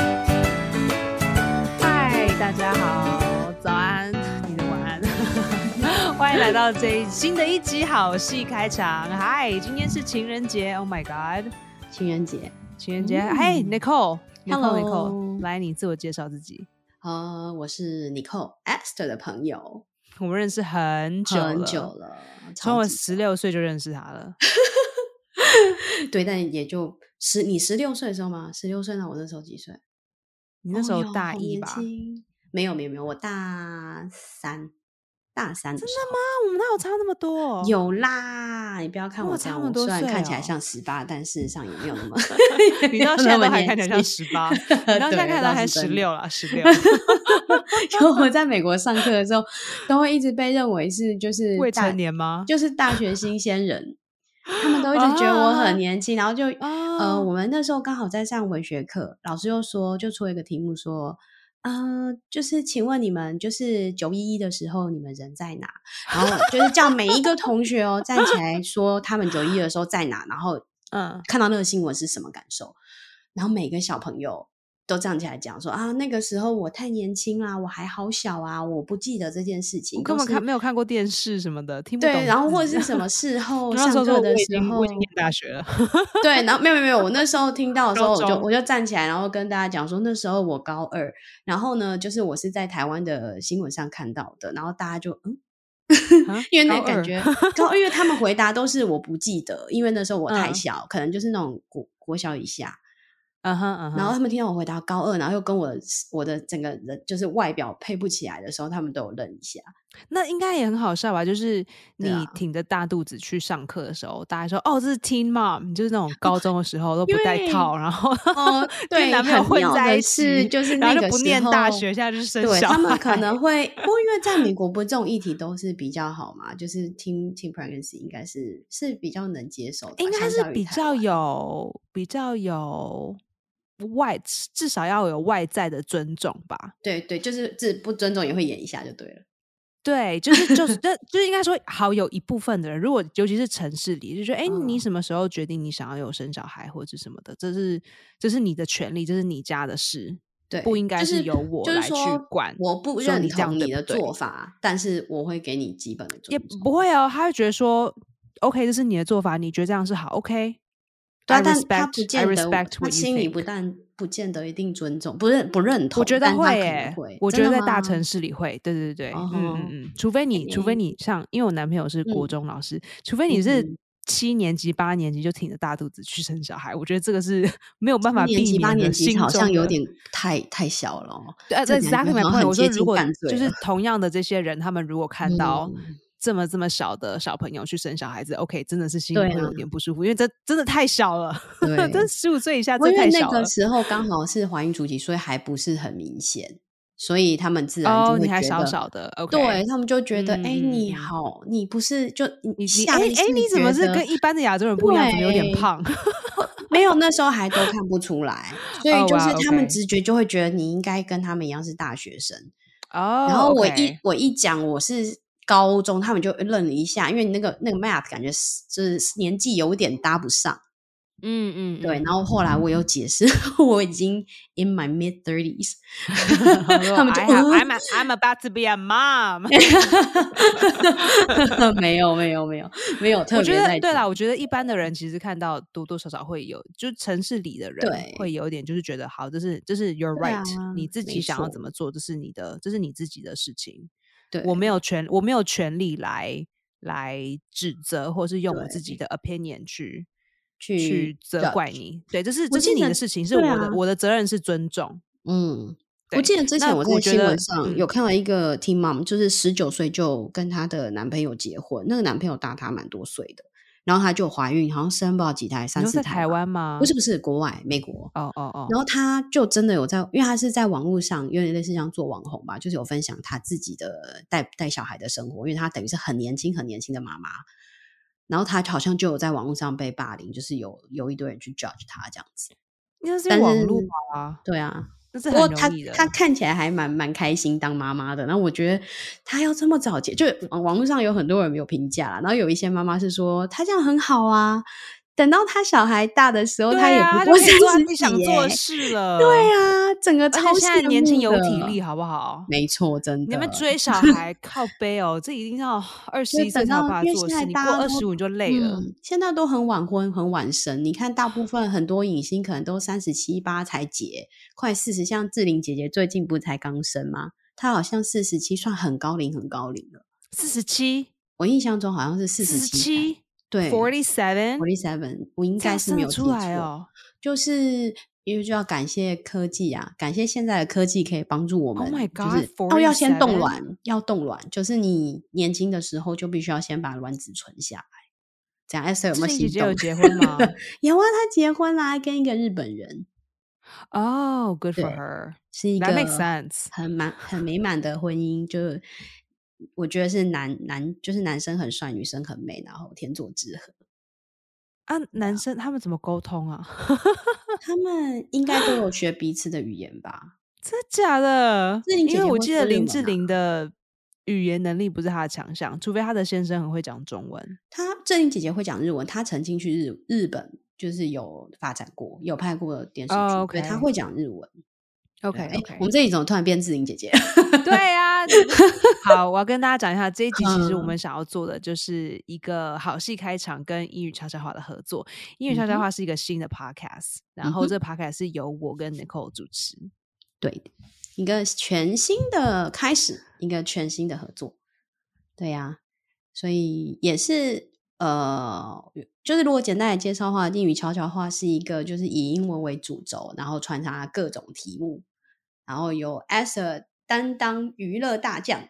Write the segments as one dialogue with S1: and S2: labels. S1: 迎来到这一新的一集好戏开场。嗨，今天是情人节，Oh my God！
S2: 情人节。
S1: 情人节，
S2: 嗯
S1: 嘿、n i c o l e h e l l o Nicole，
S2: Hello
S1: 来你自我介绍自己。
S2: 呃，我是 Nicole Esther 的朋友，
S1: 我们认识很久了，
S2: 很久了，
S1: 从
S2: 超
S1: 我
S2: 级
S1: 十六岁就认识他了。
S2: 对，但也就十你十六岁的时候吗？十六岁那我那时候几岁？
S1: 你那
S2: 哦
S1: 时候
S2: 哟
S1: 大
S2: 好
S1: 一
S2: 年
S1: 吧？啊，
S2: 轻没有没有没有，我大三，大三真的
S1: 我们哪有差那么多？
S2: 有啦，你不要看
S1: 哇
S2: 我
S1: 差
S2: 这样，
S1: 那么
S2: 我
S1: 多
S2: 虽然
S1: 岁
S2: 看起
S1: 哦，
S2: 来像十八，但事实上也没有那么
S1: 你到
S2: 没
S1: 现在
S2: 有那么
S1: 都还
S2: 年
S1: 看起来像十
S2: 轻
S1: 八，
S2: 对
S1: 你到现在看起来
S2: 倒
S1: 还
S2: 是
S1: 十
S2: 真的
S1: 六啦，十六。
S2: 因为 我在美国上课的时候，都会一直被认为是就是
S1: 未
S2: 大
S1: 成年吗
S2: 就是大学新鲜人，他们都一直觉得我
S1: 啊
S2: 很年轻，然后就、
S1: 啊
S2: 呃，我们那时候刚好在上文学课，老师又说就出了一个题目说。呃，就是请问你们，就是九一一的时候，你们人在哪？然后就是叫每一个同学哦站起来说他们九一的时候在哪，然后
S1: 嗯，
S2: 看到那个新闻是什么感受，然后每个小朋友都站起来讲说啊，那个时候我太年轻啦，我还好小啊，我不记得这件事情，
S1: 我根
S2: 都
S1: 本
S2: 是
S1: 看没有看过电视什么的，听不懂。
S2: 对，然后或者是 什么事后
S1: 我那
S2: 哦上
S1: 时候说
S2: 课
S1: 我
S2: 的
S1: 已
S2: 时
S1: 经
S2: 候
S1: 我已，经念大学 了，
S2: 对，然后没有没有没有，我那时候听到的时
S1: 高
S2: 候，我就
S1: 中
S2: 我就站起来，然后跟大家讲说，那时候我高二，然后呢，就是我是在台湾的新闻上看到的，然后大家就嗯。
S1: 啊
S2: 因为那
S1: 高
S2: 感
S1: 二
S2: 觉高二，因为他们回答都是我不记得，因为那时候我太
S1: 嗯
S2: 小，可能就是那种国国小以下，
S1: 嗯哼嗯哼，
S2: 然后他们听到我回答高二，然后又跟我的我的整个人就是外表配不起来的时候，他们都有愣一 下。
S1: 那应该也很好笑吧？就是你
S2: 对啊
S1: 挺着大肚子去上课的时候，大家说哦，这是 teen mom，就是那种高中的时候都不带
S2: 对
S1: 套，然后
S2: 哦
S1: 跟
S2: 对
S1: 男朋友
S2: 很
S1: 混
S2: 妙
S1: 在
S2: 的
S1: 一
S2: 是
S1: 起，
S2: 就是
S1: 然后
S2: 那
S1: 就
S2: 个
S1: 不
S2: 时
S1: 念大
S2: 候
S1: 学，现在就是生
S2: 对
S1: 小
S2: 他们可
S1: 孩
S2: 能会，不过因为在美国不是这种议题都是比较好嘛，就是 teen teen pregnancy 应该是是比较能接受的吧，
S1: 应该
S2: 相
S1: 是
S2: 较于
S1: 比
S2: 台
S1: 较
S2: 湾
S1: 有比较有外，至少要有外在的尊重吧。
S2: 对对，就是自不尊重也会演一下就对了。
S1: 对，就是 就是，这就是应该说，好有一部分的人，如果尤其是城市里，就觉得，哎、你
S2: 嗯
S1: 什么时候决定你想要有生小孩或者是什么的，这是这是你的权利，这是你家的事，
S2: 对，
S1: 不应该
S2: 就是
S1: 由我
S2: 就是
S1: 来去
S2: 说
S1: 管
S2: 我不
S1: 说
S2: 认
S1: 你这样
S2: 同
S1: 对
S2: 你
S1: 不
S2: 的
S1: 对
S2: 做法，但是我会给你基本的
S1: 也
S2: 尊重。
S1: 不会哦，他会觉得说，OK，这是你的做法，你觉得这样是好，OK。
S2: 对啊
S1: I
S2: 但他
S1: respect-
S2: 不
S1: I
S2: 见得，
S1: respect
S2: 他
S1: what you
S2: 心里
S1: think
S2: 不但不见得一定尊重，不认不认同，
S1: 我觉得
S2: 但
S1: 会
S2: 他可能
S1: 诶、
S2: 会，
S1: 我觉
S2: 真
S1: 得
S2: 的
S1: 在大
S2: 吗
S1: 城市里会，对对对，嗯
S2: 哦
S1: 嗯嗯，除非你，除非
S2: 诶
S1: 你像，因为我男朋友是国
S2: 嗯
S1: 中老师，除非你是
S2: 嗯
S1: 七年级、八年级就挺着大肚子去生小孩，我觉得这个是 没有办法
S2: 七年
S1: 避
S2: 级、八
S1: 免的。
S2: 年级
S1: 心
S2: 好像
S1: 中
S2: 有
S1: 的
S2: 点太太小 了、哦，
S1: 对，呃
S2: 这
S1: 在
S2: 感觉
S1: exactly my
S2: 好像
S1: point。
S2: 很
S1: 我说
S2: 接
S1: 如
S2: 近
S1: 果
S2: 犯罪
S1: 就是
S2: 了。
S1: 同样的这些人，他们如果看到
S2: 嗯
S1: 这么这么小的小朋友去生小孩子，OK，真的是心
S2: 对
S1: 里会有
S2: 啊
S1: 点不舒服，因为这真的太小了，这
S2: 对，
S1: 十五岁以下
S2: 不过
S1: 真
S2: 因
S1: 的太
S2: 为那
S1: 小
S2: 个
S1: 了。
S2: 时候刚好是怀孕初期，所以还不是很明显，所以他们自然
S1: 哦，
S2: 就会
S1: 你还
S2: 觉
S1: 小
S2: 得，
S1: 小的，OK，
S2: 对他们就觉得，哎、
S1: 嗯嗯
S2: 你
S1: 嗯
S2: 好，你不是就
S1: 你你
S2: 下
S1: 哎
S2: 意识
S1: 哎，你怎么
S2: 觉
S1: 是
S2: 得
S1: 跟一般的亚洲人不一样？怎么有点
S2: 对
S1: 胖？
S2: 没有，那时候还都看不出来，所以
S1: 哦
S2: 就
S1: 哇
S2: 是他们
S1: ，OK
S2: 直觉就会觉得你应该跟他们一样是大学生。
S1: 哦，
S2: 然后我
S1: OK
S2: 一、我一讲我是高中，他们就愣了一下，因为你那个那个 math 感觉是就是年纪有点搭不上。
S1: 嗯嗯，
S2: 对，
S1: 嗯
S2: 然后后来我有解释， 我已经 in my mid thirties，
S1: 他说
S2: 他们就
S1: I have, I'm a, I'm about to be a mom。
S2: 嗯 没有没有没有没有 特
S1: 我觉
S2: 别
S1: 得
S2: 在
S1: 对
S2: 讲
S1: 啦，我觉得一般的人其实看到多多少少会有，就城市里的人
S2: 对
S1: 会有一点就是觉得好，这是这是 your
S2: 对啊
S1: right，你自己
S2: 没
S1: 想要
S2: 错
S1: 怎么做，这是你的，这是你自己的事情，
S2: 对
S1: 我没有权，我没有权利来来指责，或是用我自己
S2: 对
S1: 的 opinion 去
S2: 去
S1: 去责
S2: judge
S1: 怪你。对，这是
S2: 我
S1: 这是
S2: 记
S1: 你
S2: 得
S1: 的事情，是
S2: 对
S1: 我的、
S2: 啊
S1: 我的责任是尊重。
S2: 嗯，
S1: 对
S2: 我记得之
S1: 那
S2: 前我
S1: 我
S2: 在
S1: 觉
S2: 新
S1: 得
S2: 闻上
S1: 嗯
S2: 有看到一个 teen mom，就是十九岁就跟她的男朋友结婚，那个男朋友大她蛮多岁的，然后她就怀孕，好像生不知道几胎，
S1: 你
S2: 三
S1: 说
S2: 四
S1: 在
S2: 胎
S1: 台
S2: 吧，
S1: 湾吗？
S2: 不是不是，国外美国。
S1: 哦哦哦，
S2: 然后她就真的有在，因为她是在网络上有点类似像做网红吧，就是有分享她自己的带带小孩的生活，因为她等于是很年轻很年轻的妈妈。然后她好像就有在网络上被霸凌，就是有有一堆人去 judge 她这样子。
S1: 应该是
S2: 但
S1: 网
S2: 是
S1: 络吧，
S2: 对啊，
S1: 这是
S2: 不过
S1: 很
S2: 她
S1: 容易的。
S2: 她看起来还蛮蛮开心当妈妈的，然后我觉得她要这么早呃结，就网网络上有很多人有评价啦，然后有一些妈妈是说她这样很好啊，等到他小孩大的时候，
S1: 对
S2: 他也
S1: 啊，
S2: 不
S1: 就
S2: 过
S1: 可以做他自
S2: 三十
S1: 己
S2: 几
S1: 想做的
S2: 耶
S1: 事了。
S2: 对啊，整个
S1: 而
S2: 超
S1: 且现在
S2: 羡
S1: 年轻
S2: 慕
S1: 有体
S2: 的
S1: 力，好不好？
S2: 没错，真的。
S1: 你们追小孩靠背哦，这一定要 二
S2: 就
S1: 十一岁
S2: 等
S1: 才有办
S2: 到
S1: 法
S2: 因为
S1: 做
S2: 现在
S1: 事，你过
S2: 大家
S1: 二
S2: 都
S1: 十五你就累了。
S2: 嗯，现在都很晚婚，很晚生。你看，大部分很多影星可能都三十七八才结，快四十。像志玲姐姐最近不才刚生吗？她好像四十七，算很高龄，很高龄了。
S1: 四十七，
S2: 我印象中好像是四
S1: 四
S2: 十
S1: 十
S2: 七，
S1: 七
S2: 对
S1: ，forty seven，
S2: forty seven，我应
S1: 这样
S2: 该是
S1: 生
S2: 没
S1: 得
S2: 有记
S1: 出来
S2: 错。
S1: 哦。
S2: 就是因为就要感谢科技啊，感谢现在的科技可以帮助我们。
S1: Oh my
S2: 就是
S1: God，
S2: 哦，要先冻
S1: 47
S2: 卵，要冻卵，就是你年轻的时候就必须要先把卵子存下来。这样 S 有
S1: 志
S2: 没有
S1: 玲姐
S2: 心
S1: 姐有
S2: 动？
S1: 结婚 吗
S2: 有啊，她结婚啦，跟一个日本人，
S1: ？Oh, good
S2: 对
S1: for her.
S2: 是一个
S1: That makes sense.
S2: 很满很美满的婚姻。就我觉得是男男，就是男生很帅，女生很美，然后天作之合。
S1: 啊，男生他们怎么沟通啊？
S2: 他们应该都有学彼此的语言吧？
S1: 真的假的？
S2: 志玲姐
S1: 因为
S2: 姐
S1: 我
S2: 会
S1: 记
S2: 说
S1: 得
S2: 日
S1: 林
S2: 文
S1: 志
S2: 啊
S1: 玲的语言能力不是她的强项，除非她的先生很会讲中文。
S2: 她郑玲姐姐会讲日文，她曾经去日日本就是有发展过，有拍过电视剧
S1: 哦
S2: 对，她
S1: ，OK
S2: 会讲日文。对
S1: OK
S2: 诶
S1: OK，
S2: 我们这里怎么突然变志玲姐姐？
S1: 对 啊，这好，我要跟大家讲一下，这一集其实我
S2: 嗯
S1: 们想要做的就是一个好戏开场跟英语悄悄话的合作。英语悄
S2: 嗯
S1: 悄
S2: 哼
S1: 话是一个新的 podcast，、然
S2: 嗯
S1: 后
S2: 哼
S1: 这个 podcast 是由我跟 Nicole 主持。
S2: 对，一个全新的开始，一个全新的合作。对呀、所以也是呃，就是如果简单来介绍的话，英语悄悄话是一个就是以英文为主轴，然后穿插各种题目，然后由 Esther 担当娱乐大将，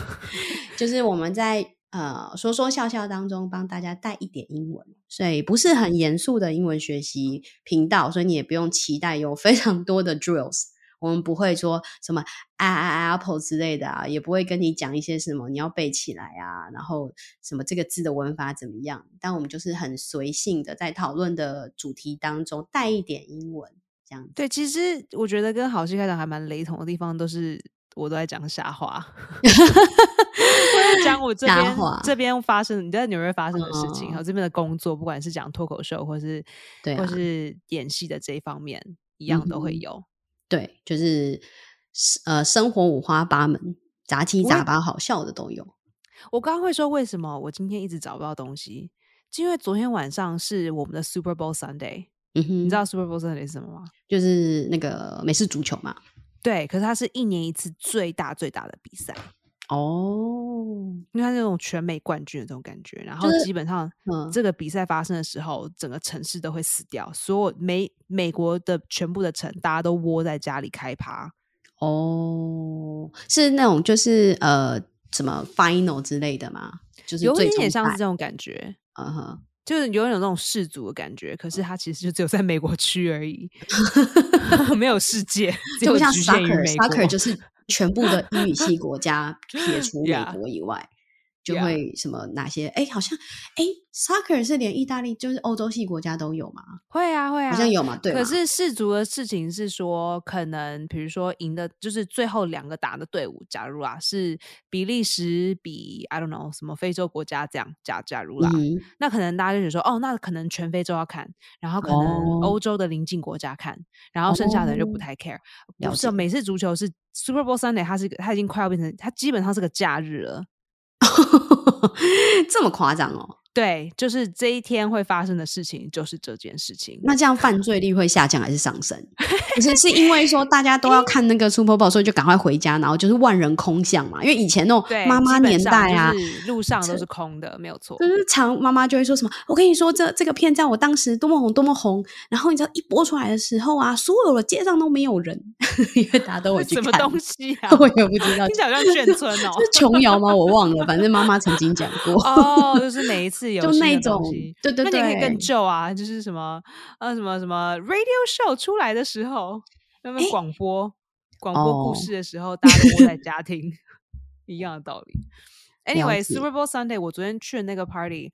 S2: 就是我们在。呃，说说笑笑当中帮大家带一点英文，所以不是很严肃的英文学习频道，所以你也不用期待有非常多的 drills。我们不会说什么啊啊啊 apple 之类的啊，也不会跟你讲一些什么你要背起来啊，然后什么这个字的文法怎么样。但我们就是很随性的在讨论的主题当中带一点英文，这样子。
S1: 对，其实我觉得跟好戏开场还蛮雷同的地方，都是我都在讲瞎话， 我在讲 我这
S2: 瞎
S1: 边
S2: 话
S1: 这边发生你在纽约发生的事情，还有
S2: 哦
S1: 这边的工作，不管是讲脱口秀或是
S2: 对
S1: 或
S2: 啊
S1: 是演戏的这一方面，一样都
S2: 嗯
S1: 会
S2: 哼
S1: 有。
S2: 对，就是呃，生活五花八门，杂七
S1: 我
S2: 杂
S1: 也
S2: 八，好笑的都有。嗯
S1: 我刚刚会说为什么我今天一直找不到东西，是因为昨天晚上是我们的 Super Bowl Sunday，、
S2: 嗯哼，
S1: 你知道 Super Bowl Sunday 是什么吗？
S2: 就是那个美式足球嘛。
S1: 对，可是它是一年一次最大最大的比赛，
S2: 哦，
S1: 因为它是那种全美冠军的这种感觉。然后
S2: 就是
S1: 基本上
S2: 嗯，
S1: 这个比赛发生的时候，整个城市都会死掉，所有美美国的全部的城，大家都窝在家里开趴。
S2: 哦，是那种就是呃什么 final 之类的吗？就是
S1: 有一
S2: 最
S1: 点
S2: 终
S1: 点像是
S2: 赛。
S1: 这种感觉，
S2: 嗯哼，
S1: 就是有一种那种氏族的感觉，可是它其实就只有在美国区而 已，没有世 界，只有
S2: 就不像
S1: 局限于
S2: soccer
S1: 美国。
S2: soccer 就是全部的英语系 国家撇除美
S1: Yeah.
S2: 国以外。就
S1: Yeah.
S2: 会什么哪些？哎，好像哎，soccer 是连意大利就是欧洲系国家都有嘛？
S1: 会啊，会啊，
S2: 好像有嘛？对嘛
S1: 可是氏族的事情是说，可能比如说赢的，就是最后两个打的队伍，假如啊是比利时比 I don't know 什么非洲国家这样，假假如啦，
S2: 嗯哼，
S1: 那可能大家就觉得说，哦，那可能全非洲要看，然后可能
S2: 哦
S1: 欧洲的邻近国家看，然后剩下的人就不
S2: 哦
S1: 太 care。
S2: 了
S1: 不是哦，
S2: 解
S1: 美式足球是 Super Bowl Sunday，它是一个它已经快要变成它基本上是个假日了。
S2: 这么夸张哦？
S1: 对，就是这一天会发生的事情就是这件事情。
S2: 那这样犯罪率会下降还是上升？不是，是因为说大家都要看那个 Super Bowl，所以就赶快回家，然后就是万人空巷嘛。因为以前那
S1: 对，
S2: 种妈妈
S1: 基本
S2: 年
S1: 上
S2: 代啊，
S1: 就是路上都是空的，没有错。
S2: 就是常妈妈就会说什么：“我跟你说，这这个片在我当时多么红，多么红。”然后你知道一播出来的时候啊，所有的街上都没有人， 因为大家都有去
S1: 什
S2: 看。
S1: 么东西啊？
S2: 我也不知道
S1: 听，起来好像眷村哦。
S2: 是琼瑶吗？我忘了，反正妈妈曾经讲过，
S1: 哦，就是每一次有
S2: 就
S1: 新
S2: 那
S1: 的东
S2: 种
S1: 西，
S2: 对对
S1: 那你也可以
S2: 对，
S1: 更旧啊，就是什么呃什么什么 radio show 出来的时候，那么
S2: 诶
S1: 广播广播故
S2: 哦
S1: 事的时候，大家都窝在家听，一样的道理。
S2: 了
S1: Anyway,
S2: 解
S1: Super Bowl Sunday，我昨天去的那个 party，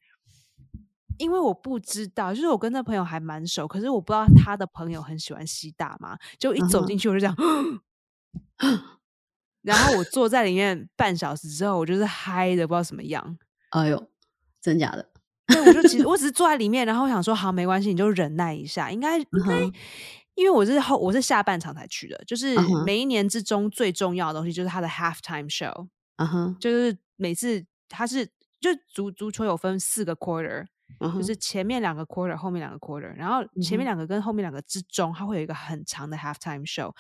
S1: 因为我不知道，就是我跟那朋友还蛮熟，可是我不知道他的朋友很喜欢吸大麻，就一走
S2: 嗯哼
S1: 进去我就这 样。然后我坐在里面半小时之后，我就是嗨的不知道什么样，
S2: 哎呦，真假的？
S1: 对，我就其实我只是坐在里面，然后想说好没关系，你就忍耐一下，应该应该。
S2: 嗯哼
S1: 因为我是后我是下半场才去的，就是
S2: 嗯哼
S1: 每一年之中最重要的东西就是它的 halftime show，
S2: 嗯哼，
S1: 就是每次它是就足足球有分四个 quarter，
S2: 嗯
S1: 就
S2: 哼，
S1: 是前面两个 quarter，后面两个 quarter，然后前面
S2: 嗯哼
S1: 两个跟后面两个之中，它会有一个很长的 halftime show，、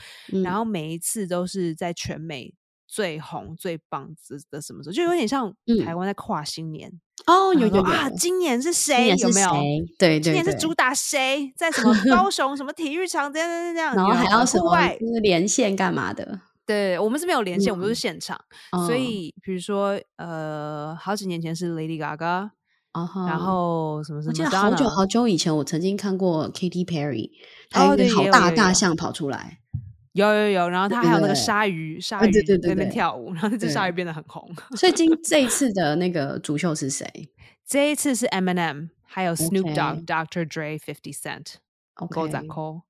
S1: 然
S2: 嗯
S1: 后每一次都是在全美最红、最棒的的什么时候，就有点像台
S2: 嗯
S1: 湾在跨新年，
S2: 哦，
S1: 然
S2: 有
S1: 后说
S2: 有有，
S1: 啊，今年是
S2: 今
S1: 谁
S2: 年
S1: 有
S2: 是
S1: 没
S2: 谁
S1: 有？？
S2: 对
S1: 今
S2: 对
S1: 年
S2: 对
S1: 是，主打谁，在什么 高雄什么体育场这样这样这样，
S2: 然后
S1: 有没
S2: 还
S1: 有
S2: 要
S1: 呃
S2: 什
S1: 户
S2: 么
S1: 外
S2: 就是连线干嘛的？
S1: 对，我们是没有连线，我们都是
S2: 嗯
S1: 现场。所
S2: 嗯，
S1: 以比如说，呃，好几年前是 Lady Gaga，
S2: 然
S1: 然
S2: 后
S1: 后什么什
S2: 哦我记
S1: 么
S2: 得好久
S1: Madonna，
S2: 好久以前，我曾经看过 Katy Perry，她
S1: 哦，
S2: 一个
S1: 对，也
S2: 好
S1: 有也
S2: 大
S1: 有也
S2: 大
S1: 有
S2: 象跑出来，
S1: 有有有，然后
S2: 对
S1: 他
S2: 对
S1: 还有那个
S2: 对
S1: 鲨鱼，鲨
S2: 啊对
S1: 鱼
S2: 对
S1: 在
S2: 对
S1: 那边
S2: 对
S1: 跳舞，然后那只鲨鱼
S2: 对。
S1: 变得很红。
S2: 所以今这一次的那个主秀是谁
S1: 这一次是 Eminem，还有 Snoop Dogg、
S2: ？OK
S1: Dr. Dre、Fifty Cent、狗仔
S2: OK，
S1: Cole，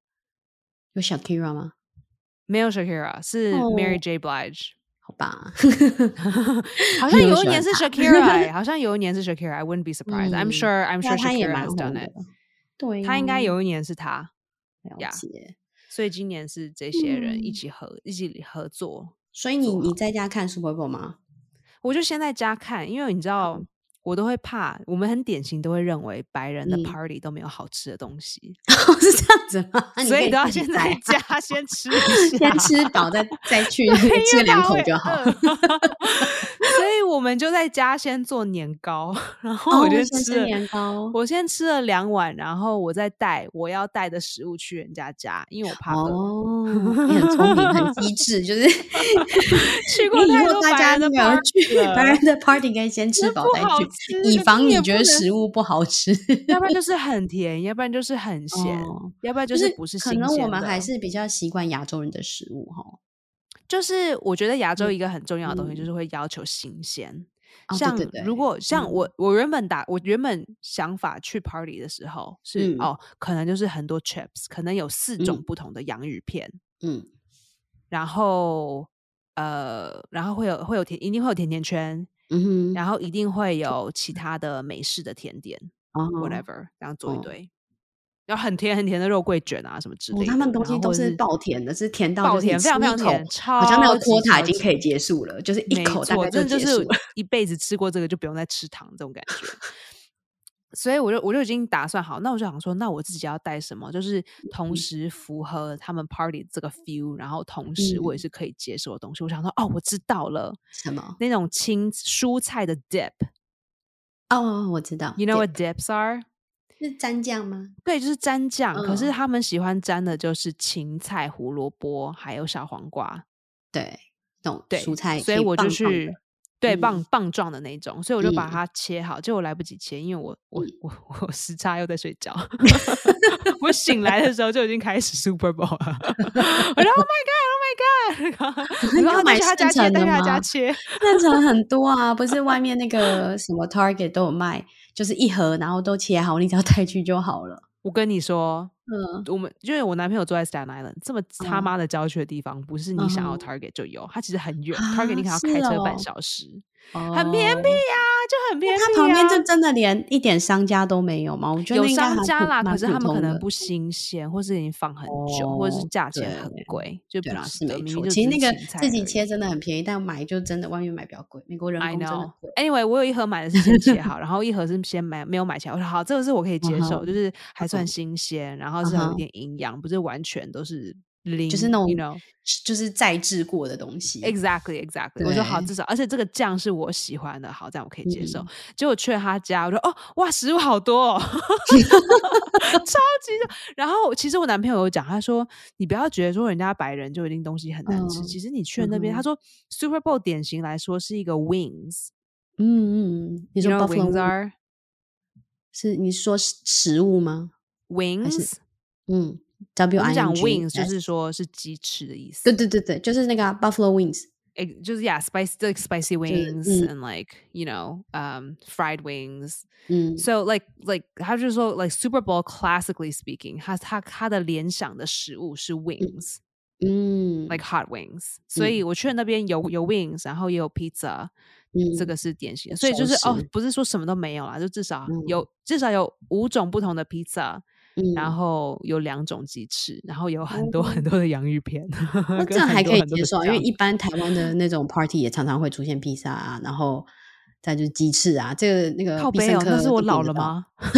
S2: 有 Shakira 吗？
S1: 没有 Shakira，是 Mary
S2: 哦，
S1: J. Blige。
S2: 好 吧，
S1: 好
S2: 没
S1: 像
S2: 有
S1: 有一
S2: 喜
S1: 年
S2: 欢
S1: 是
S2: 她。
S1: Shakira，欸好像有一年是 Shakira。I wouldn't be surprised. I'm
S2: 嗯，
S1: sure. I'm
S2: 那
S1: sure
S2: 她也
S1: Shakira
S2: 蛮
S1: has
S2: 红
S1: done
S2: 的嗯
S1: it.
S2: 了。对呀、
S1: 他应该有一年是他
S2: 了
S1: 呀。Yeah,
S2: 解。
S1: 所以今年是这些人一
S2: 嗯，
S1: 起合一起合作
S2: 所以你
S1: 做
S2: 你
S1: 好。
S2: 在家看 Super Bowl 吗？
S1: 我就先在家看，因为你知
S2: 嗯
S1: 道，我都会怕，我们很典型都会认为白人的
S2: 嗯，
S1: party 都没有好吃的东西，
S2: 是这样子吗？那你
S1: 所
S2: 可
S1: 以
S2: 以
S1: 都要
S2: 自己
S1: 先
S2: 带
S1: 在
S2: 啊，
S1: 家 先吃一
S2: 先
S1: 下。
S2: 吃饱再再 去
S1: 对，因
S2: 吃
S1: 为
S2: 两
S1: 怕
S2: 口
S1: 会
S2: 就好。
S1: 饿， 所以我们就在家先做年糕， 然后我
S2: 哦，
S1: 就
S2: 先
S1: 吃
S2: 吃
S1: 了，
S2: 年糕。
S1: 我先吃了两碗，然后我再带我要带的食物去人家家，因为我怕饿。
S2: 哦，你很聪明，很机 智，就是
S1: 去
S2: 你
S1: 过
S2: 以
S1: 太
S2: 后
S1: 多
S2: 大
S1: 白
S2: 家
S1: 人
S2: 那
S1: 的
S2: 个
S1: party
S2: 去
S1: 了，
S2: 白人的 party 应该先吃
S1: 那
S2: 饱
S1: 不
S2: 再
S1: 好
S2: 去，
S1: 吃，
S2: 以
S1: 你
S2: 防
S1: 也
S2: 你觉
S1: 不
S2: 得
S1: 能，
S2: 食物不 好吃。
S1: 要不然就是很甜，要不然就是很咸，
S2: 哦，
S1: 要不然就
S2: 就是是
S1: 不是
S2: 可
S1: 新
S2: 能我
S1: 鲜
S2: 们还
S1: 的。哦
S2: 是比较习惯亚洲人的食物哈。
S1: 就是我觉得亚洲
S2: 嗯
S1: 一个很重要的东西，就
S2: 嗯，
S1: 是会要求新鲜。
S2: 哦，对对
S1: 像如
S2: 对，
S1: 果像我
S2: 嗯
S1: 我原本打我原本想法去 party 的时候是
S2: 嗯
S1: 哦，可能就是很多 chips，可能有四种
S2: 嗯
S1: 不同的洋芋片，
S2: 嗯
S1: 然后呃，然后会有会有甜，一定会有甜甜圈，
S2: 嗯
S1: 然
S2: 哼，
S1: 后一定会有其他的美式的甜点
S2: 哦
S1: ，whatever，然后做一
S2: 哦
S1: 堆，然后很甜很甜的肉桂卷啊什么之
S2: 哦，
S1: 类
S2: 他
S1: 的，
S2: 们东
S1: 然
S2: 西
S1: 后
S2: 都
S1: 或者
S2: 是
S1: 是
S2: 爆甜的，是甜到就
S1: 爆
S2: 是你
S1: 甜，非
S2: 吃
S1: 常非
S2: 一
S1: 常
S2: 口，
S1: 甜，
S2: 好像那
S1: 超
S2: 个
S1: 级
S2: quota 已
S1: 超
S2: 经可以
S1: 级。
S2: 结束了，就是一
S1: 没
S2: 口大
S1: 错，
S2: 概就
S1: 真的就
S2: 结
S1: 是
S2: 束了。
S1: 一辈子吃过这个就不用再吃糖这种感觉。所以我就我就已经打算好，那我就想说，那我自己要带什么，就是同
S2: 嗯
S1: 时符合他们 party 这个 feel，然后同时我也
S2: 嗯，
S1: 是可以接受的东西。我想说，哦，我知道了，
S2: 什么？
S1: 那种青蔬菜的 dip，you
S2: 哦，我知道
S1: know
S2: ，dip
S1: what dips are？
S2: 是蘸酱吗？
S1: 对，就是沾酱，可是
S2: 嗯，
S1: 他们喜欢沾的就是芹菜、胡萝卜还有小黄瓜。
S2: 对，那种蔬
S1: 对，
S2: 菜
S1: 所
S2: 可
S1: 以
S2: 以
S1: 我就
S2: 棒棒
S1: 去
S2: 的。
S1: 对棒
S2: 嗯
S1: 棒状的那种，所以我就把
S2: 嗯
S1: 它切好，结果来不及切，因为我我
S2: 嗯，
S1: 我我时差又在睡觉， 我醒来的时候就已经开始 Super Bowl 了，我说 Oh my God，Oh my God，我说
S2: 你有
S1: 啊带
S2: 买
S1: 去他
S2: 现
S1: 家切，
S2: 成
S1: 带
S2: 的
S1: 去他家
S2: 吗？
S1: 切，
S2: 现成很多啊，不是外面那个什么 Target 都有卖，就是一盒，然后都切好，你只要带去就好了。
S1: 我跟你说。
S2: 嗯
S1: 我们因为我男朋友住在 Staten Island，这么他
S2: 嗯
S1: 妈的郊区的地方，不是你想要
S2: 嗯
S1: Target 就有，它其实很远，Target
S2: 啊，
S1: 你可能要
S2: 是
S1: 开车半
S2: 哦
S1: 小时，很偏僻
S2: 哦，
S1: 呀、就很
S2: 那
S1: 偏
S2: 它
S1: 僻
S2: 旁边
S1: 呀、
S2: 就真的连一点商家都没有吗？我觉得
S1: 有
S2: 那应该
S1: 商
S2: 还
S1: 家
S2: 普
S1: 啦，可
S2: 蛮
S1: 是
S2: 普
S1: 他们可
S2: 通
S1: 能
S2: 的。
S1: 不新鲜，或是已经放很久，或者是
S2: 哦，
S1: 价钱
S2: 对
S1: 很贵，就
S2: 对
S1: 不
S2: 啦，
S1: 值
S2: 是
S1: 得。
S2: 没
S1: 明明
S2: 错。
S1: 就
S2: 其
S1: 只
S2: 实
S1: 是
S2: 那个
S1: 芹菜
S2: 自己
S1: 而已。
S2: 切真的很便宜，但买就真的外面买比较贵。美国人
S1: I
S2: 工真的
S1: know.
S2: 贵。
S1: Anyway，我有一盒买的是先切好，然后一盒是先买没有买起来。我说好，这个是我可以
S2: 嗯
S1: 接受，就
S2: 哼，
S1: 是还算
S2: 嗯
S1: 新鲜，然后
S2: 嗯
S1: 是有一
S2: 哼，
S1: 点营养，不是完全都是
S2: 就是
S1: 零
S2: 那
S1: 嗯，you
S2: 种
S1: know。
S2: 就是再制过的东西。
S1: Exactly, exactly。我说好，
S2: 对，
S1: 至少而且这个酱是我喜欢的，好，这样我可以接受。
S2: 嗯，
S1: 结果去了他家，我说哦，哇，食物好 多哦，超级多。然后其实我男朋友有讲，他说你不要觉得说人家白人就一定东西很难吃，
S2: 嗯
S1: 其实你去了
S2: 嗯
S1: 那边，他
S2: 哼，
S1: 说 Super Bowl 典型来说是一个 wings，you
S2: 嗯嗯，你说
S1: know what
S2: buffalo
S1: wings
S2: wing
S1: are
S2: 是你说食食物吗？还是
S1: wings，
S2: 嗯，W
S1: 我们
S2: I N
S1: 讲
S2: G
S1: wings 就
S2: S？
S1: 是说是鸡翅的意
S2: 对
S1: 思。
S2: 对对对，就是那个啊 buffalo wings，
S1: 诶，就是 yeah, spicy like spicy
S2: 就是
S1: wings
S2: 嗯
S1: and like you know um fried wings.
S2: 嗯
S1: So like like 他就说 like Super Bowl classically speaking，他他他的联想的食物是
S2: 嗯
S1: wings。
S2: 嗯
S1: like hot wings，所以我去了那边有有 wings，然后也有 pizza，、这
S2: 嗯
S1: 个是典型的。所以
S2: 熟
S1: 就是哦
S2: 食，
S1: 不是说什么都没有啦，就至少
S2: 嗯
S1: 有、至少有五种不同的 pizza，
S2: 嗯
S1: 然后有两种鸡翅，然后有很多
S2: 哦
S1: 很多的洋芋片，
S2: 那
S1: 跟
S2: 这样
S1: 很
S2: 还
S1: 多
S2: 可以
S1: 很多
S2: 接
S1: 的
S2: 受啊，因为
S1: 酱
S2: 一般台湾的那种 party 也常常会出现披萨啊，然后再就是鸡翅啊，这个那个
S1: 靠
S2: 必
S1: 背
S2: 胜
S1: 哦，
S2: 客
S1: 那是我
S2: 都点
S1: 老
S2: 得
S1: 了
S2: 到？
S1: 吗？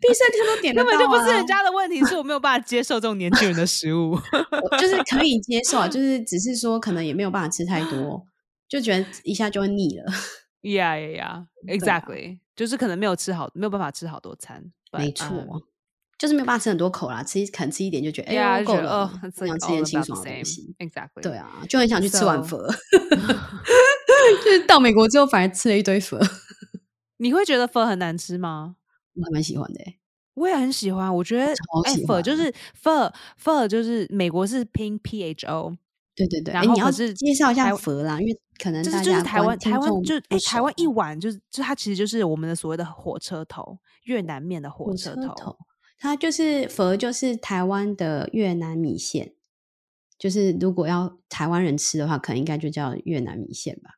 S2: 必胜客都点得
S1: 根本就
S2: 到
S1: 不是
S2: 啊
S1: 人家的问题，是我没有办法接受这种年轻人的食物。
S2: 我就是可以接 受啊，就是只是说可能也没有办法吃太多，就觉得一下就会腻了。
S1: Yeah, yeah, yeah.
S2: 对嗯啊
S1: Exactly. 就是可能没有吃好，没有办法吃好多餐。but,
S2: 没错，
S1: 嗯
S2: 就是没有办法吃很多口啦，吃一肯吃一点就觉得哎
S1: yeah,
S2: 呦
S1: 就觉
S2: 够
S1: 得
S2: 了
S1: 哦，
S2: 不
S1: it's like
S2: 想吃
S1: all
S2: 点清
S1: about the
S2: 爽的东
S1: same.
S2: 西。
S1: Exactly.
S2: 对啊，就很想去吃碗
S1: So-
S2: 粉， 就是到美国之后反而吃了一堆粉，我
S1: 你会觉得粉很难吃吗？
S2: 还蛮喜欢的欸、
S1: 我也很喜欢，我觉得
S2: 超
S1: 哎
S2: 喜
S1: ，pho 就
S2: 欢
S1: 是 pho pho 就是美国是拼 p h o，
S2: 对对对，
S1: 然
S2: 哎
S1: 后
S2: 你要
S1: 可是
S2: 介绍一
S1: 台
S2: 下
S1: 湾
S2: 佛啦，因为可能
S1: 就是
S2: 大
S1: 就是
S2: 家
S1: 台
S2: 观
S1: 湾台
S2: 听
S1: 湾
S2: 众
S1: 就
S2: 不
S1: 哎台湾
S2: 熟啊
S1: 一碗就是就它其实就是我们的所谓的火车头，越南面的火
S2: 火
S1: 车
S2: 车
S1: 头。
S2: 头，它就是佛就是台湾的越南米线，就是如果要台湾人吃的话，可能应该就叫越南米线吧，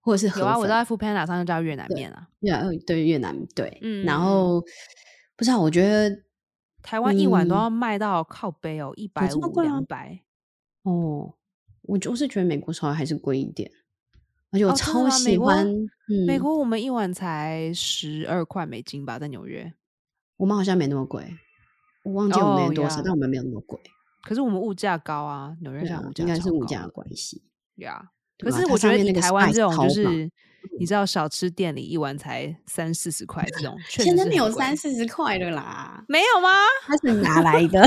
S2: 或者是河
S1: 有啊，我
S2: 粉
S1: 在 Food Panda 上就叫越南
S2: 对
S1: 面啊。
S2: 越南呃对越南对，
S1: 嗯嗯
S2: 然
S1: 嗯
S2: 后不知道我觉得
S1: 台湾一碗都
S2: 嗯
S1: 要卖到靠背哦，一百
S2: 这么
S1: 五
S2: 贵吗
S1: 两百。
S2: 哦，我就是觉得美国稍微还是贵一点，而且我
S1: 哦真的
S2: 超
S1: 吗美
S2: 喜
S1: 国
S2: 欢，
S1: 美
S2: 嗯，
S1: 国我们一碗才十二块美金吧，在纽约。
S2: 我们好像没那么贵，我忘记我们
S1: 哦
S2: 没多少，
S1: 呀
S2: 但我们没有那么贵。
S1: 可是我们物价高啊，纽约
S2: 对
S1: 现
S2: 啊
S1: 在物，价
S2: 应该是
S1: 超
S2: 物
S1: 高
S2: 价的关系。
S1: 呀。
S2: 对
S1: 可
S2: 吧
S1: 是
S2: 它
S1: 我觉
S2: 上
S1: 得
S2: 面
S1: 以
S2: 那个
S1: 台湾
S2: spice
S1: 这种
S2: 超嗯
S1: 就
S2: 棒
S1: 是，你知道小吃店里一碗才三四十块这种，确实
S2: 现在
S1: 是
S2: 没
S1: 很
S2: 有
S1: 贵
S2: 三四十块的啦，
S1: 没有吗？
S2: 它是哪来的？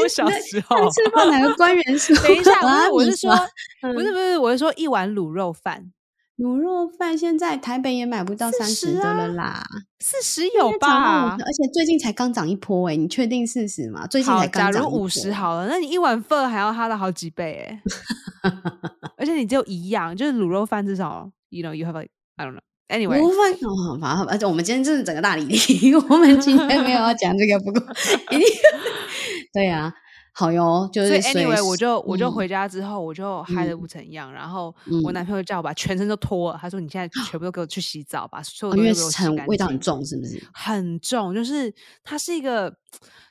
S1: 我小
S2: 那
S1: 时候
S2: 上。次放哪个官员说？
S1: 哦 等一下，不
S2: 啊
S1: 是，我
S2: 米
S1: 是说
S2: 刷，
S1: 不是不是，我是说一碗卤肉饭
S2: 卤肉饭现在台北也买不到三
S1: 40
S2: 十的
S1: 啊
S2: 了啦，
S1: 四十
S2: 应
S1: 有
S2: 该涨到
S1: 吧
S2: 50？而且最近才刚涨一波哎、你确定四十吗？最近
S1: 好，
S2: 才
S1: 假
S2: 刚涨
S1: 如
S2: 一波
S1: 五十，好了，那你一碗饭还要它的好几倍 哎、而且你只有一样，就是卤肉饭至少，you know you have like I don't know.
S2: 卤
S1: Anyway，
S2: 肉饭哦，反正而且我们今天真的整个大理理，我们今天没有要讲这个，不过一定对啊，好哟，就
S1: 所以
S2: 是
S1: anyway，我
S2: 是
S1: 就我就
S2: 嗯
S1: 回家之后，我就嗨的
S2: 嗯
S1: 不成样。然后我
S2: 嗯
S1: 男朋友叫我把全身都脱了，他说你现在全部都给我去洗澡吧，所有
S2: 哦
S1: 东
S2: 因
S1: 西都
S2: 为
S1: 给我洗
S2: 很
S1: 干
S2: 味道很
S1: 净
S2: 重，是不是？
S1: 很重，就是它是一个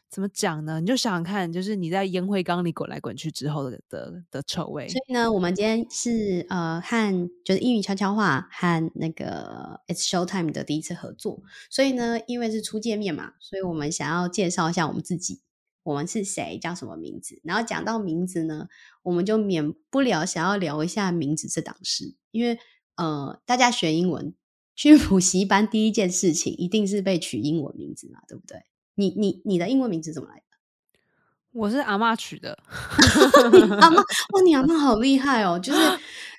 S1: 怎么讲呢？你就想想看，就是你在烟灰缸里滚来滚去之后的的的臭味。
S2: 所以呢，我们今天是呃和就是英语悄悄话和那个 It's Showtime 的第一次合作，所以呢，因为是初见面嘛，所以我们想要介绍一下我们自己，我们是谁，叫什么名字。然后讲到名字呢，我们就免不了想要聊一下名字这档事，因为呃，大家学英文去补习班第一件事情一定是被取英文名字嘛，对不对？你你你的英文名字怎么来的？
S1: 我是阿嬷取的，
S2: 阿妈，哇，哦你阿妈好厉害 哦！就是